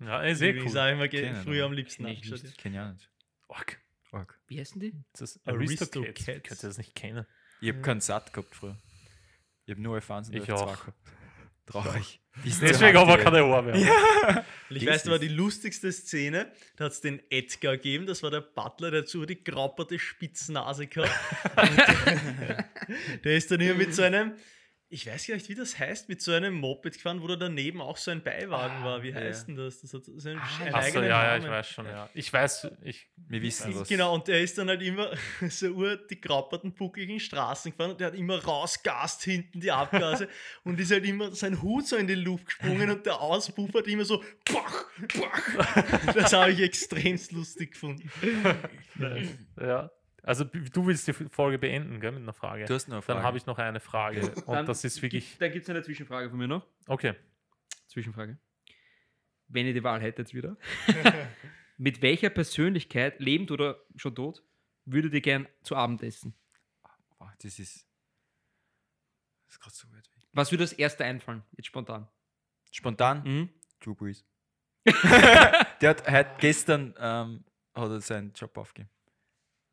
Speaker 3: Ja, ey, sehr
Speaker 4: Ich
Speaker 3: cool.
Speaker 4: sage immer ge-
Speaker 1: Kenn ich
Speaker 4: früher
Speaker 1: noch.
Speaker 4: am liebsten
Speaker 2: Kenn ich
Speaker 4: abgeschaut.
Speaker 2: nicht.
Speaker 1: Kenn ich auch nicht.
Speaker 3: Org.
Speaker 1: Org.
Speaker 2: Wie heißen die?
Speaker 3: Das ist
Speaker 4: Aristocats.
Speaker 3: Aristocats. Ich könnte das nicht kennen.
Speaker 1: Ich habe keinen Satt gehabt früher. Ich habe nur F1 und
Speaker 3: Ich
Speaker 1: F2
Speaker 3: auch.
Speaker 1: gehabt. Traurig. Bis zur
Speaker 3: Deswegen haben wir
Speaker 1: aktuellen-
Speaker 3: keine Ohrwärme.
Speaker 4: Und ich
Speaker 1: Das
Speaker 4: weiß, da war
Speaker 1: ist-
Speaker 4: die lustigste Szene, da hat es den Edgar gegeben, das war der Butler, der hat so die grapperte Spitznase gehabt. Und der ist dann immer mit so einem, ich weiß gar nicht, wie das heißt, mit so einem Moped gefahren, wo da daneben auch so ein Beiwagen war. Wie
Speaker 1: ja.
Speaker 4: heißt denn das? Das hat so einen, einen
Speaker 3: Ach so,
Speaker 4: eigenen
Speaker 3: Ah, ja, ja,
Speaker 4: Namen.
Speaker 3: ich weiß schon, ja. Ich weiß, ich.
Speaker 1: Wir wissen was.
Speaker 4: Genau, und der ist dann halt immer so ur die grapperten, buckligen Straßen gefahren und der hat immer rausgast hinten die Abgase und ist halt immer sein Hut so in den Luft gesprungen und der Auspuff hat immer so pach, pach. Das habe ich extremst lustig gefunden.
Speaker 3: Ja. Also b- du willst die Folge beenden, gell, mit einer Frage.
Speaker 1: Du hast noch eine
Speaker 3: Dann
Speaker 1: Frage.
Speaker 3: habe ich noch eine Frage. Und
Speaker 2: Dann
Speaker 3: das ist wirklich.
Speaker 2: Dann gibt es eine Zwischenfrage von mir noch.
Speaker 3: Okay.
Speaker 2: Zwischenfrage. Wenn ihr die Wahl hättet wieder. Mit welcher Persönlichkeit, lebend oder schon tot, würdet ihr gern zu Abend essen?
Speaker 1: Boah, das ist. Das ist gerade so weit weg.
Speaker 2: Was würde als erste einfallen? Jetzt spontan.
Speaker 1: Spontan,
Speaker 2: Mhm.
Speaker 1: Drew Brees. Der hat heute gestern ähm, hat er seinen Job aufgegeben.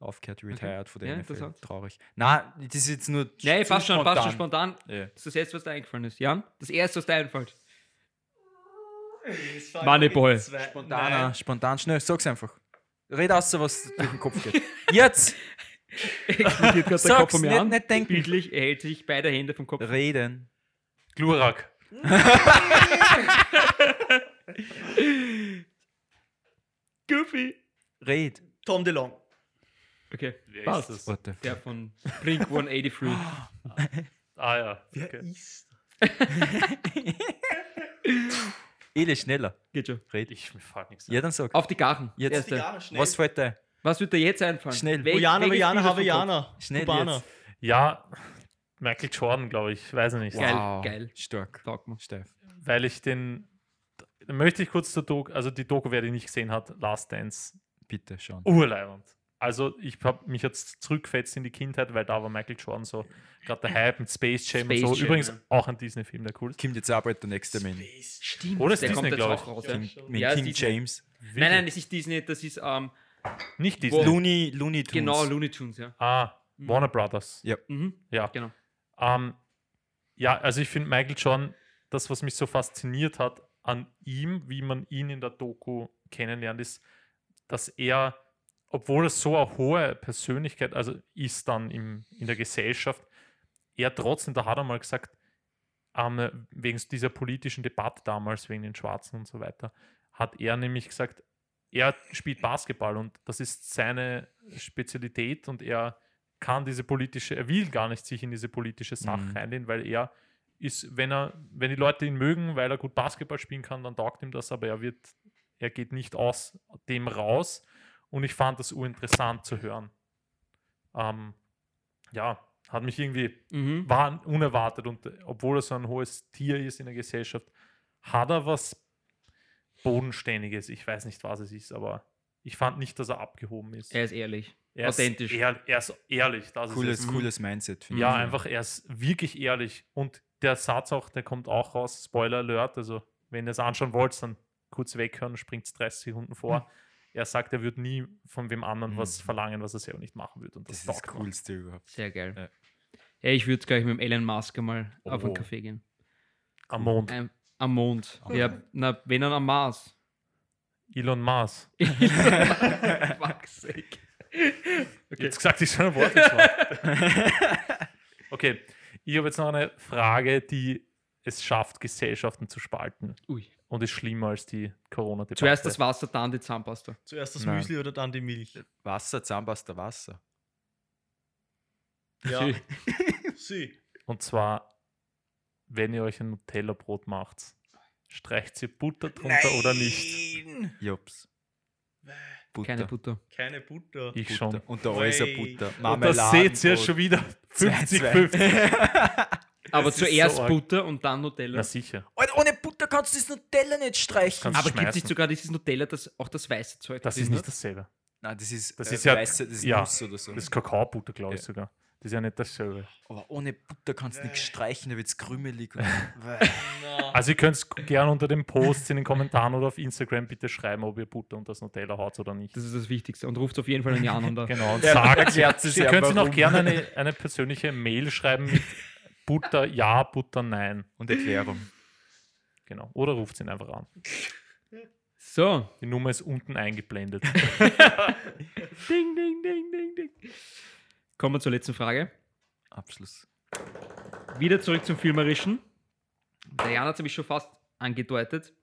Speaker 1: Aufgehört, retired von der
Speaker 2: Ja,
Speaker 1: NFL.
Speaker 2: interessant.
Speaker 1: Traurig. Nein, das ist jetzt nur.
Speaker 2: Nee,
Speaker 1: zu
Speaker 2: passt schon, passt schon spontan.
Speaker 1: Ja.
Speaker 2: Das ist das erste, was dir eingefallen ist. Jan, das erste, was dir einfällt. Moneyball.
Speaker 1: Spontan, ah, spontan, schnell, sag's einfach. Red aus, was dir durch den Kopf geht. Jetzt!
Speaker 2: Explodiert gerade der
Speaker 1: Sag's,
Speaker 2: Kopf von mir
Speaker 1: nicht-
Speaker 2: an.
Speaker 1: nicht denken.
Speaker 2: Bildlich, er hält sich beide Hände vom Kopf.
Speaker 1: Reden.
Speaker 3: Glurak.
Speaker 2: Goofy.
Speaker 1: Red.
Speaker 4: Tom DeLong.
Speaker 2: Okay,
Speaker 3: Wer
Speaker 2: passt.
Speaker 3: ist das?
Speaker 1: What the
Speaker 2: Der von Blink 183.
Speaker 3: Ah ja.
Speaker 4: Wer
Speaker 3: Okay.
Speaker 4: ist
Speaker 1: Ele schneller.
Speaker 2: Geht schon.
Speaker 1: Red.
Speaker 3: Ich, mir fällt nichts ein.
Speaker 1: Ja, dann sag.
Speaker 2: Auf die Garten.
Speaker 1: Jetzt.
Speaker 4: das? Die
Speaker 2: Erste.
Speaker 4: Jahre schnell.
Speaker 1: Was fällt dir?
Speaker 2: Was wird dir jetzt einfallen?
Speaker 1: Schnell. Oh,
Speaker 2: Wel-
Speaker 4: Ojana,
Speaker 2: welches Bild
Speaker 4: Vajana,
Speaker 2: ist vom Kopf?
Speaker 4: Havajana.
Speaker 1: Schnell
Speaker 4: Kubaner.
Speaker 1: jetzt.
Speaker 3: Ja, Michael Jordan, glaube ich. Weiß ich nicht.
Speaker 2: Geil, geil.
Speaker 1: Stark.
Speaker 2: Taugt mir.
Speaker 1: Steif.
Speaker 3: Weil ich den. Da möchte ich kurz zur Doku, also die Doku, wer die nicht gesehen hat, Last Dance,
Speaker 1: Bitte schon.
Speaker 2: Oh.
Speaker 3: urleibend. Also ich habe mich jetzt zurückgefetzt in die Kindheit, weil da war Michael Jordan so, gerade der Hype mit Space Jam
Speaker 2: Space
Speaker 3: und so.
Speaker 2: Jam,
Speaker 3: Übrigens
Speaker 2: ja.
Speaker 3: auch ein Disney-Film, der cool ist.
Speaker 1: Kommt jetzt auch bald der nächste mit,
Speaker 4: Space.
Speaker 2: Stimmt,
Speaker 3: Oder ist
Speaker 2: der kommt
Speaker 3: Disney,
Speaker 2: jetzt
Speaker 3: glaub
Speaker 2: auch raus.
Speaker 3: ich.
Speaker 4: Ja.
Speaker 2: Ja.
Speaker 1: mit, mit
Speaker 2: Ja, ist
Speaker 1: King
Speaker 2: Disney.
Speaker 1: James.
Speaker 2: Nein, nein, das ist Disney, das ist ähm,
Speaker 3: nicht Disney.
Speaker 1: Looney, Looney Tunes.
Speaker 2: genau Looney Tunes, ja.
Speaker 3: Ah,
Speaker 2: Mhm.
Speaker 3: Warner Brothers.
Speaker 2: Mhm.
Speaker 3: Ja.
Speaker 2: Genau.
Speaker 3: Ähm, ja, also ich finde Michael Jordan, das, was mich so fasziniert hat an ihm, wie man ihn in der Doku kennenlernt, ist, dass er, obwohl er so eine hohe Persönlichkeit also ist dann im, in der Gesellschaft, er trotzdem, da hat er mal gesagt, ähm, wegen dieser politischen Debatte damals, wegen den Schwarzen und so weiter, hat er nämlich gesagt, er spielt Basketball und das ist seine Spezialität und er kann diese politische, er will gar nicht sich in diese politische Sache
Speaker 1: Mhm.
Speaker 3: einlehnen, weil er ist, wenn er, wenn die Leute ihn mögen, weil er gut Basketball spielen kann, dann taugt ihm das, aber er wird, er geht nicht aus dem raus und ich fand das urinteressant zu hören. Ähm, ja, hat mich irgendwie
Speaker 2: Mhm.
Speaker 3: war unerwartet und äh, obwohl er so ein hohes Tier ist in der Gesellschaft, hat er was Bodenständiges. Ich weiß nicht, was es ist, aber ich fand nicht, dass er abgehoben ist.
Speaker 2: Er ist ehrlich.
Speaker 3: Er ist
Speaker 2: authentisch.
Speaker 3: ehr- er ist ehrlich. Also Das
Speaker 1: Cooles,
Speaker 3: Ist
Speaker 2: Mhm.
Speaker 1: cooles Mindset.
Speaker 3: es.
Speaker 1: finde
Speaker 3: Ja,
Speaker 1: ich.
Speaker 3: einfach, er ist wirklich ehrlich. Und der Satz auch, der kommt auch raus. Spoiler Alert. Also, wenn ihr es anschauen wollt, dann kurz weghören, springt es 30 Sekunden vor. Er sagt, er würde nie von wem anderen
Speaker 1: Mhm.
Speaker 3: was verlangen, was er selber nicht machen würde. Und
Speaker 1: Das
Speaker 3: das,
Speaker 1: ist das
Speaker 3: taugt mir.
Speaker 1: Coolste überhaupt.
Speaker 2: Sehr geil.
Speaker 1: Ja.
Speaker 2: Ja. ich würde gleich mit dem Elon Musk einmal auf einen
Speaker 3: Oh.
Speaker 2: Café gehen.
Speaker 3: Am Mond.
Speaker 2: Ein, am Mond.
Speaker 1: Am
Speaker 2: Ja,
Speaker 1: Mond.
Speaker 2: na, wenn dann am Mars.
Speaker 3: Elon Musk.
Speaker 2: Fuck's sake.
Speaker 3: Jetzt gesagt, ich schon ein Wort geschwappt. Okay, ich habe jetzt noch eine Frage, die es schafft, Gesellschaften zu spalten
Speaker 2: Ui.
Speaker 3: und ist schlimmer als die Corona-Debatte.
Speaker 2: Zuerst das Wasser, dann die Zahnpasta.
Speaker 4: Zuerst das
Speaker 1: Nein.
Speaker 4: Müsli oder dann die Milch?
Speaker 1: Wasser, Zahnpasta, Wasser.
Speaker 4: Ja. Sie.
Speaker 3: Und zwar, wenn ihr euch ein Nutella-Brot macht, streicht ihr Butter drunter oder nicht?
Speaker 1: Jups. Butter.
Speaker 2: Keine Butter.
Speaker 4: Keine Butter.
Speaker 3: Ich
Speaker 1: Butter.
Speaker 3: schon.
Speaker 1: Und der Äußer
Speaker 4: Wait.
Speaker 1: Butter.
Speaker 3: Und das seht ihr
Speaker 1: Marmeladenbrot.
Speaker 3: schon wieder.
Speaker 1: Zwei,
Speaker 3: 50,
Speaker 1: zwei.
Speaker 3: 50.
Speaker 2: Aber
Speaker 3: ist so
Speaker 2: zuerst
Speaker 3: arg.
Speaker 2: Butter und dann Nutella.
Speaker 3: Na sicher.
Speaker 1: Alter, ohne Butter kannst du das Nutella nicht streichen.
Speaker 3: Kannst-
Speaker 2: Aber gibt es
Speaker 3: schmeißen.
Speaker 2: nicht sogar dieses Nutella, das auch das weiße Zeug
Speaker 3: Das ist nicht dasselbe.
Speaker 1: Nein, das ist,
Speaker 3: Das
Speaker 1: äh,
Speaker 3: ist ja-
Speaker 1: weiße, das ist
Speaker 3: ja.
Speaker 1: Nuss oder so.
Speaker 3: Das ist Kakaobutter, glaube ich
Speaker 1: Ja.
Speaker 3: sogar. Das ist ja nicht dasselbe.
Speaker 1: Aber ohne Butter kannst du nichts streichen, da wird es krümelig. Und
Speaker 4: Na.
Speaker 3: Also ihr könnt es gerne unter den Posts in den Kommentaren oder auf Instagram bitte schreiben, ob ihr Butter und das Nutella haut oder nicht.
Speaker 2: Das ist das Wichtigste. Und ruft auf jeden Fall einen Jan an. da.
Speaker 3: Genau, und
Speaker 1: Er
Speaker 3: sagt,
Speaker 1: erklärt es
Speaker 3: ihr
Speaker 1: ja,
Speaker 3: könnt sie noch
Speaker 1: warum.
Speaker 3: gerne eine, eine persönliche Mail schreiben mit Butter ja, Butter nein.
Speaker 1: Und Erklärung.
Speaker 3: Genau. Oder ruft ihn einfach an.
Speaker 2: So.
Speaker 3: Die Nummer ist unten eingeblendet.
Speaker 2: Ding, ding, ding, ding, ding. Kommen wir zur letzten Frage.
Speaker 1: Abschluss.
Speaker 2: Wieder zurück zum Filmerischen. Der Jan hat es nämlich schon fast angedeutet.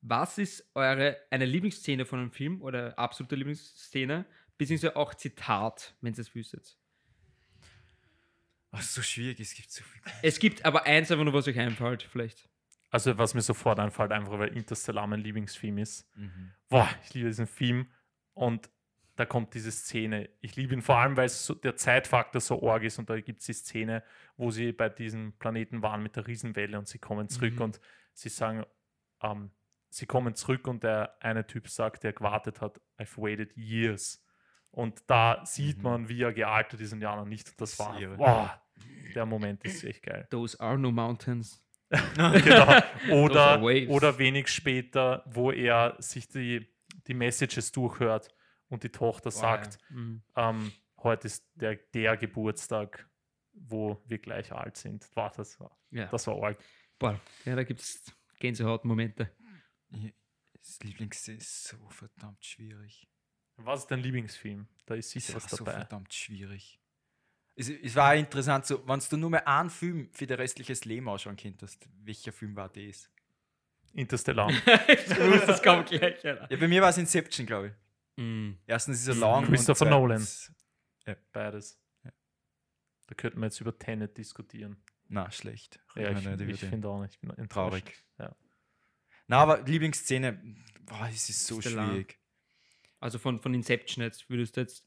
Speaker 2: Was ist eure eine Lieblingsszene von einem Film oder absolute Lieblingsszene, beziehungsweise auch Zitat, wenn ihr es wüsstet?
Speaker 1: Ach, so schwierig, es gibt so viel.
Speaker 2: Es gibt aber eins einfach nur, was euch einfällt, vielleicht.
Speaker 3: Also was mir sofort einfällt, einfach weil Interstellar mein Lieblingsfilm ist.
Speaker 1: Mhm.
Speaker 3: boah, ich liebe diesen Film und da kommt diese Szene. Ich liebe ihn vor allem, weil so der Zeitfaktor so arg ist und da gibt es die Szene, wo sie bei diesem Planeten waren mit der Riesenwelle und sie kommen zurück
Speaker 2: Mhm.
Speaker 3: und sie sagen, ähm, sie kommen zurück und der eine Typ sagt, der gewartet hat, I've waited years. Und da sieht
Speaker 1: Mhm.
Speaker 3: man, wie er gealtert ist und die anderen nicht. Und das
Speaker 1: Das ist
Speaker 3: war,
Speaker 1: irre.
Speaker 3: boah, der Moment ist echt geil.
Speaker 2: Those are no mountains.
Speaker 3: genau.
Speaker 2: are
Speaker 3: Oder,
Speaker 2: waves.
Speaker 3: oder wenig später, wo er sich die, die Messages durchhört und die Tochter sagt,
Speaker 2: Mhm.
Speaker 3: ähm, heute ist der, der Geburtstag, wo wir gleich alt sind. War das, war-
Speaker 2: Ja.
Speaker 3: das war arg.
Speaker 2: Boah, ja, da gibt es Gänsehautmomente.
Speaker 1: Das Lieblings ist so verdammt schwierig.
Speaker 3: Was ist dein Lieblingsfilm? Da ist
Speaker 1: ist
Speaker 3: sicher was
Speaker 1: so
Speaker 3: dabei.
Speaker 1: verdammt schwierig. Es, es war auch interessant, so, wenn du nur mehr einen Film für dein restliches Leben anschauen könntest, welcher Film war das?
Speaker 3: Interstellar.
Speaker 2: ich wusste, das kommt gleich. Alter.
Speaker 1: Ja, bei mir war es Inception, glaube ich.
Speaker 2: Mm,
Speaker 1: Erstens ist er lang. und
Speaker 3: Christopher Nolan.
Speaker 1: zweitens-
Speaker 3: Beides. Da könnten wir jetzt über Tenet diskutieren.
Speaker 1: Na, schlecht.
Speaker 3: Ja,
Speaker 1: Reden
Speaker 3: ich,
Speaker 1: wir nicht über
Speaker 3: ich
Speaker 1: den.
Speaker 3: finde auch nicht. Ich bin enttäuscht.
Speaker 1: Traurig.
Speaker 3: Ja.
Speaker 1: Na, aber Lieblingsszene, boah, es ist so
Speaker 2: Interstellar.
Speaker 1: schwierig.
Speaker 2: Also von, von Inception jetzt würdest du jetzt.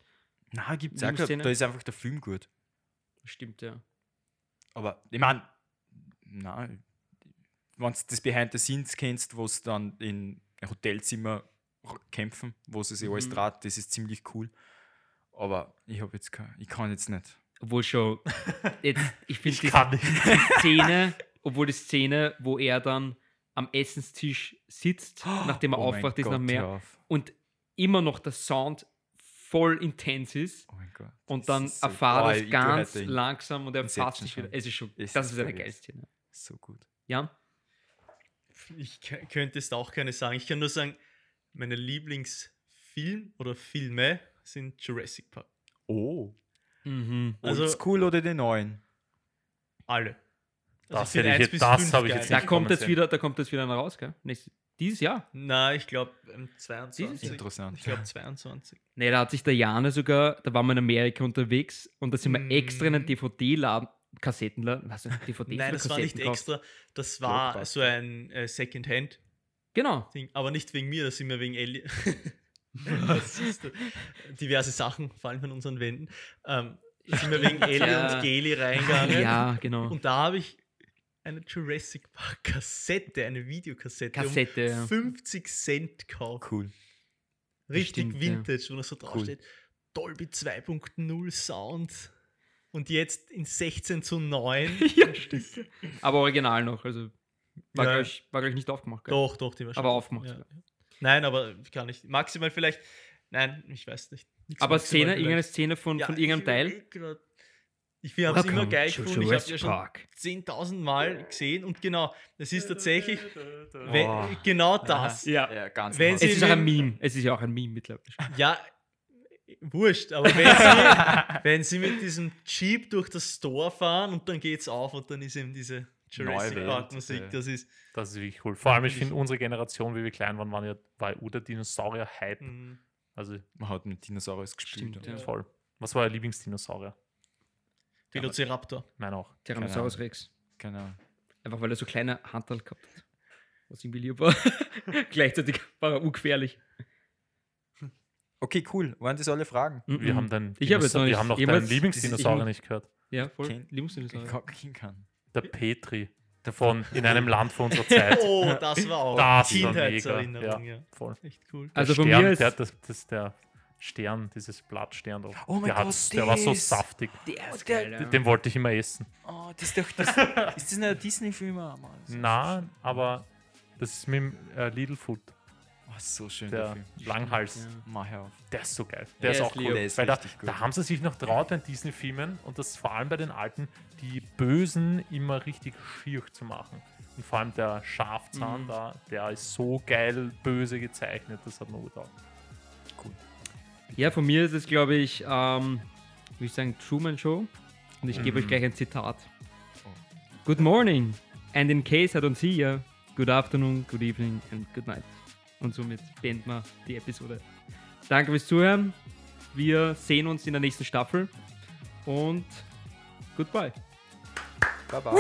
Speaker 1: Na, gibt's auch,
Speaker 2: Lieblingsszene?
Speaker 1: da ist einfach der Film gut.
Speaker 2: Stimmt, ja.
Speaker 1: Aber ich meine, nein, wenn du das Behind the Scenes kennst, wo sie dann in ein Hotelzimmer r- kämpfen, wo sie sich alles
Speaker 2: Mhm.
Speaker 1: draht, das ist ziemlich cool. Aber ich habe jetzt kein, ich kann jetzt nicht.
Speaker 2: Obwohl schon. Jetzt, ich finde
Speaker 3: Ich
Speaker 2: die
Speaker 3: kann nicht.
Speaker 2: Szene, obwohl die Szene, wo er dann am Essenstisch sitzt, nachdem er
Speaker 1: Oh mein
Speaker 2: aufwacht, ist noch
Speaker 1: Gott,
Speaker 2: mehr.
Speaker 1: hör auf.
Speaker 2: Und immer noch der Sound voll intens ist.
Speaker 1: Oh mein Gott.
Speaker 2: Und
Speaker 1: das
Speaker 2: dann
Speaker 1: ist so-
Speaker 2: erfahrt
Speaker 1: Boah,
Speaker 2: er
Speaker 1: ich
Speaker 2: es
Speaker 1: geh heute
Speaker 2: ganz
Speaker 1: hin.
Speaker 2: langsam und er
Speaker 1: Inception
Speaker 2: fasst sich wieder.
Speaker 1: schon.
Speaker 2: Es ist schon,
Speaker 1: Ist
Speaker 2: das ist eine
Speaker 1: verrückt.
Speaker 2: geile Szene.
Speaker 1: So gut.
Speaker 2: Jan?
Speaker 4: Ich k- könnte es auch keine sagen. Ich kann nur sagen, meine Lieblingsfilm oder Filme sind Jurassic Park.
Speaker 1: Oh.
Speaker 2: Mhm.
Speaker 4: Also-
Speaker 1: Also cool oder den neuen?
Speaker 4: Alle. Also
Speaker 3: Das
Speaker 4: ich
Speaker 3: hätte
Speaker 4: finde
Speaker 3: ich
Speaker 4: 1
Speaker 3: jetzt-
Speaker 4: bis
Speaker 3: das
Speaker 4: 5
Speaker 3: habe ich
Speaker 4: geil.
Speaker 3: jetzt
Speaker 2: Da
Speaker 3: nicht
Speaker 2: kommt jetzt
Speaker 3: sehen.
Speaker 2: wieder, da kommt jetzt wieder einer raus, gell? Nächstes, dieses Jahr.
Speaker 4: Na, ich glaube ähm, 22.
Speaker 1: Interessant.
Speaker 4: Ich glaube 22.
Speaker 2: Ne, da hat sich der Jane sogar, da waren wir in Amerika unterwegs und da sind wir extra in einen
Speaker 4: Mm.
Speaker 2: DVD-Laden, Kassettenladen, was ist DVD
Speaker 4: Nein, das war nicht extra. Das war
Speaker 1: Blockbuster.
Speaker 4: so ein äh, Second-Hand.
Speaker 2: Genau.
Speaker 4: Ding, aber nicht wegen mir, das sind wir wegen Ellie. Das ist, äh, diverse Sachen fallen von unseren Wänden. Ähm, sind wir wegen Ellie
Speaker 2: Ja.
Speaker 4: und Geli reingegangen.
Speaker 2: Ja, genau.
Speaker 4: Und da habe ich eine Jurassic Park Kassette, eine Videokassette.
Speaker 2: Kassette, ja.
Speaker 4: Um 50 Cent gekauft.
Speaker 1: Cool.
Speaker 4: Richtig
Speaker 2: stimmt, ja.
Speaker 4: Vintage, wo noch so draufsteht. Dolby 2.0 Sound. Und jetzt in 16 zu 9.
Speaker 2: ja, stimmt. Aber original noch, also war,
Speaker 4: Ja.
Speaker 2: gleich, war gleich nicht aufgemacht. Gell?
Speaker 4: doch, doch, die war schon.
Speaker 2: Aber aufgemacht.
Speaker 4: Ja.
Speaker 2: sogar.
Speaker 4: Nein, aber kann ich. Maximal vielleicht. Nein, ich weiß nicht. Nichts
Speaker 2: Aber
Speaker 4: maximal
Speaker 2: Szene,
Speaker 4: vielleicht.
Speaker 2: irgendeine Szene von,
Speaker 4: Ja,
Speaker 2: von irgendeinem
Speaker 4: ich
Speaker 2: Teil.
Speaker 4: überleg grad. Ich habe es immer geil
Speaker 2: to
Speaker 4: gefunden. Ich habe ja
Speaker 2: Jurassic
Speaker 4: schon
Speaker 2: Park.
Speaker 4: 10.000 Mal gesehen und genau, das ist tatsächlich we-
Speaker 1: Oh.
Speaker 4: genau das.
Speaker 2: Ja.
Speaker 1: Ja, ganz
Speaker 4: Wenn
Speaker 2: Es
Speaker 4: sie-
Speaker 2: ist halt auch ein Meme. Es ist ja auch ein Meme mittlerweile.
Speaker 4: Ja, wurscht, aber wenn sie, wenn sie mit diesem Jeep durch das Store fahren und dann geht's auf und dann ist eben diese Jurassic
Speaker 1: Neue Welt,
Speaker 4: Park Musik,
Speaker 1: ja.
Speaker 4: das ist.
Speaker 3: Das ist wirklich cool. Vor allem, ich finde, unsere Generation, wie wir klein waren, waren ja, war ja ur der Dinosaurier-Hype.
Speaker 4: mm,
Speaker 3: Also
Speaker 1: Man hat mit Dinosauriers gespielt.
Speaker 2: Stimmt,
Speaker 1: oder?
Speaker 2: ja.
Speaker 3: voll. Was war euer Lieblingsdinosaurier?
Speaker 4: Velociraptor.
Speaker 3: Mein auch.
Speaker 2: Tyrannosaurus Rex.
Speaker 1: Keine Ahnung.
Speaker 2: Einfach weil er so kleine Handel gehabt hat. Was irgendwie lieb war. Gleichzeitig war er ungefährlich.
Speaker 1: Okay, cool. Waren das alle Fragen?
Speaker 3: Wir
Speaker 2: Mhm.
Speaker 3: haben deinen
Speaker 2: Ich habe jetzt
Speaker 3: Dinosa-
Speaker 2: noch
Speaker 3: wir
Speaker 2: nicht-
Speaker 3: haben noch
Speaker 2: jemals-
Speaker 3: deinen Lieblingsdinosaurier nicht gehört.
Speaker 2: Ja, voll.
Speaker 1: Kenn- Ich
Speaker 2: Lieblingsdinosaurier.
Speaker 1: kann- ich kann.
Speaker 3: Der Petri. Davon in einem Land vor unserer
Speaker 1: Äh,
Speaker 3: Zeit.
Speaker 4: Oh, das war auch
Speaker 3: Das war mega,
Speaker 4: Kindheitserinnerung, ja.
Speaker 3: Voll.
Speaker 4: Echt cool.
Speaker 2: Also
Speaker 3: der
Speaker 2: von
Speaker 3: Stern,
Speaker 2: mir ist
Speaker 3: der, das, das, der Stern, dieses Blattstern. da.
Speaker 1: Oh mein
Speaker 3: der, hat-
Speaker 1: Gott,
Speaker 3: der war so
Speaker 1: das-
Speaker 3: saftig.
Speaker 2: der
Speaker 1: ist geil,
Speaker 2: ja.
Speaker 3: Den wollte ich immer essen.
Speaker 1: Oh, das ist doch das. ist das nicht ein Disney-Film?
Speaker 3: Na, aber das ist mit dem äh, Lidlfoot,
Speaker 1: Oh, so schön der,
Speaker 3: der
Speaker 1: Film.
Speaker 3: Langhals.
Speaker 2: ja.
Speaker 1: Mach her auf.
Speaker 3: Der ist so geil.
Speaker 2: Der
Speaker 3: Der, ist
Speaker 2: ist
Speaker 3: auch
Speaker 2: lieb.
Speaker 3: cool.
Speaker 1: Der ist
Speaker 3: Weil da,
Speaker 1: richtig gut.
Speaker 3: da haben sie sich noch traut bei Disney-Filmen und das vor allem bei den alten, die Bösen immer richtig schier zu machen. Und vor allem der Schafzahn
Speaker 2: Mhm.
Speaker 3: da, der ist so geil böse gezeichnet, das hat man gut auch.
Speaker 1: Cool.
Speaker 2: ja, von mir ist es, glaube ich, ähm, würde ich sagen, Truman Show. Und ich gebe euch gleich ein Zitat. Good morning. And in case I don't see you, good afternoon, good evening and good night. Und somit beenden wir die Episode. Danke fürs Zuhören. Wir sehen uns in der nächsten Staffel. Und goodbye.
Speaker 1: Baba.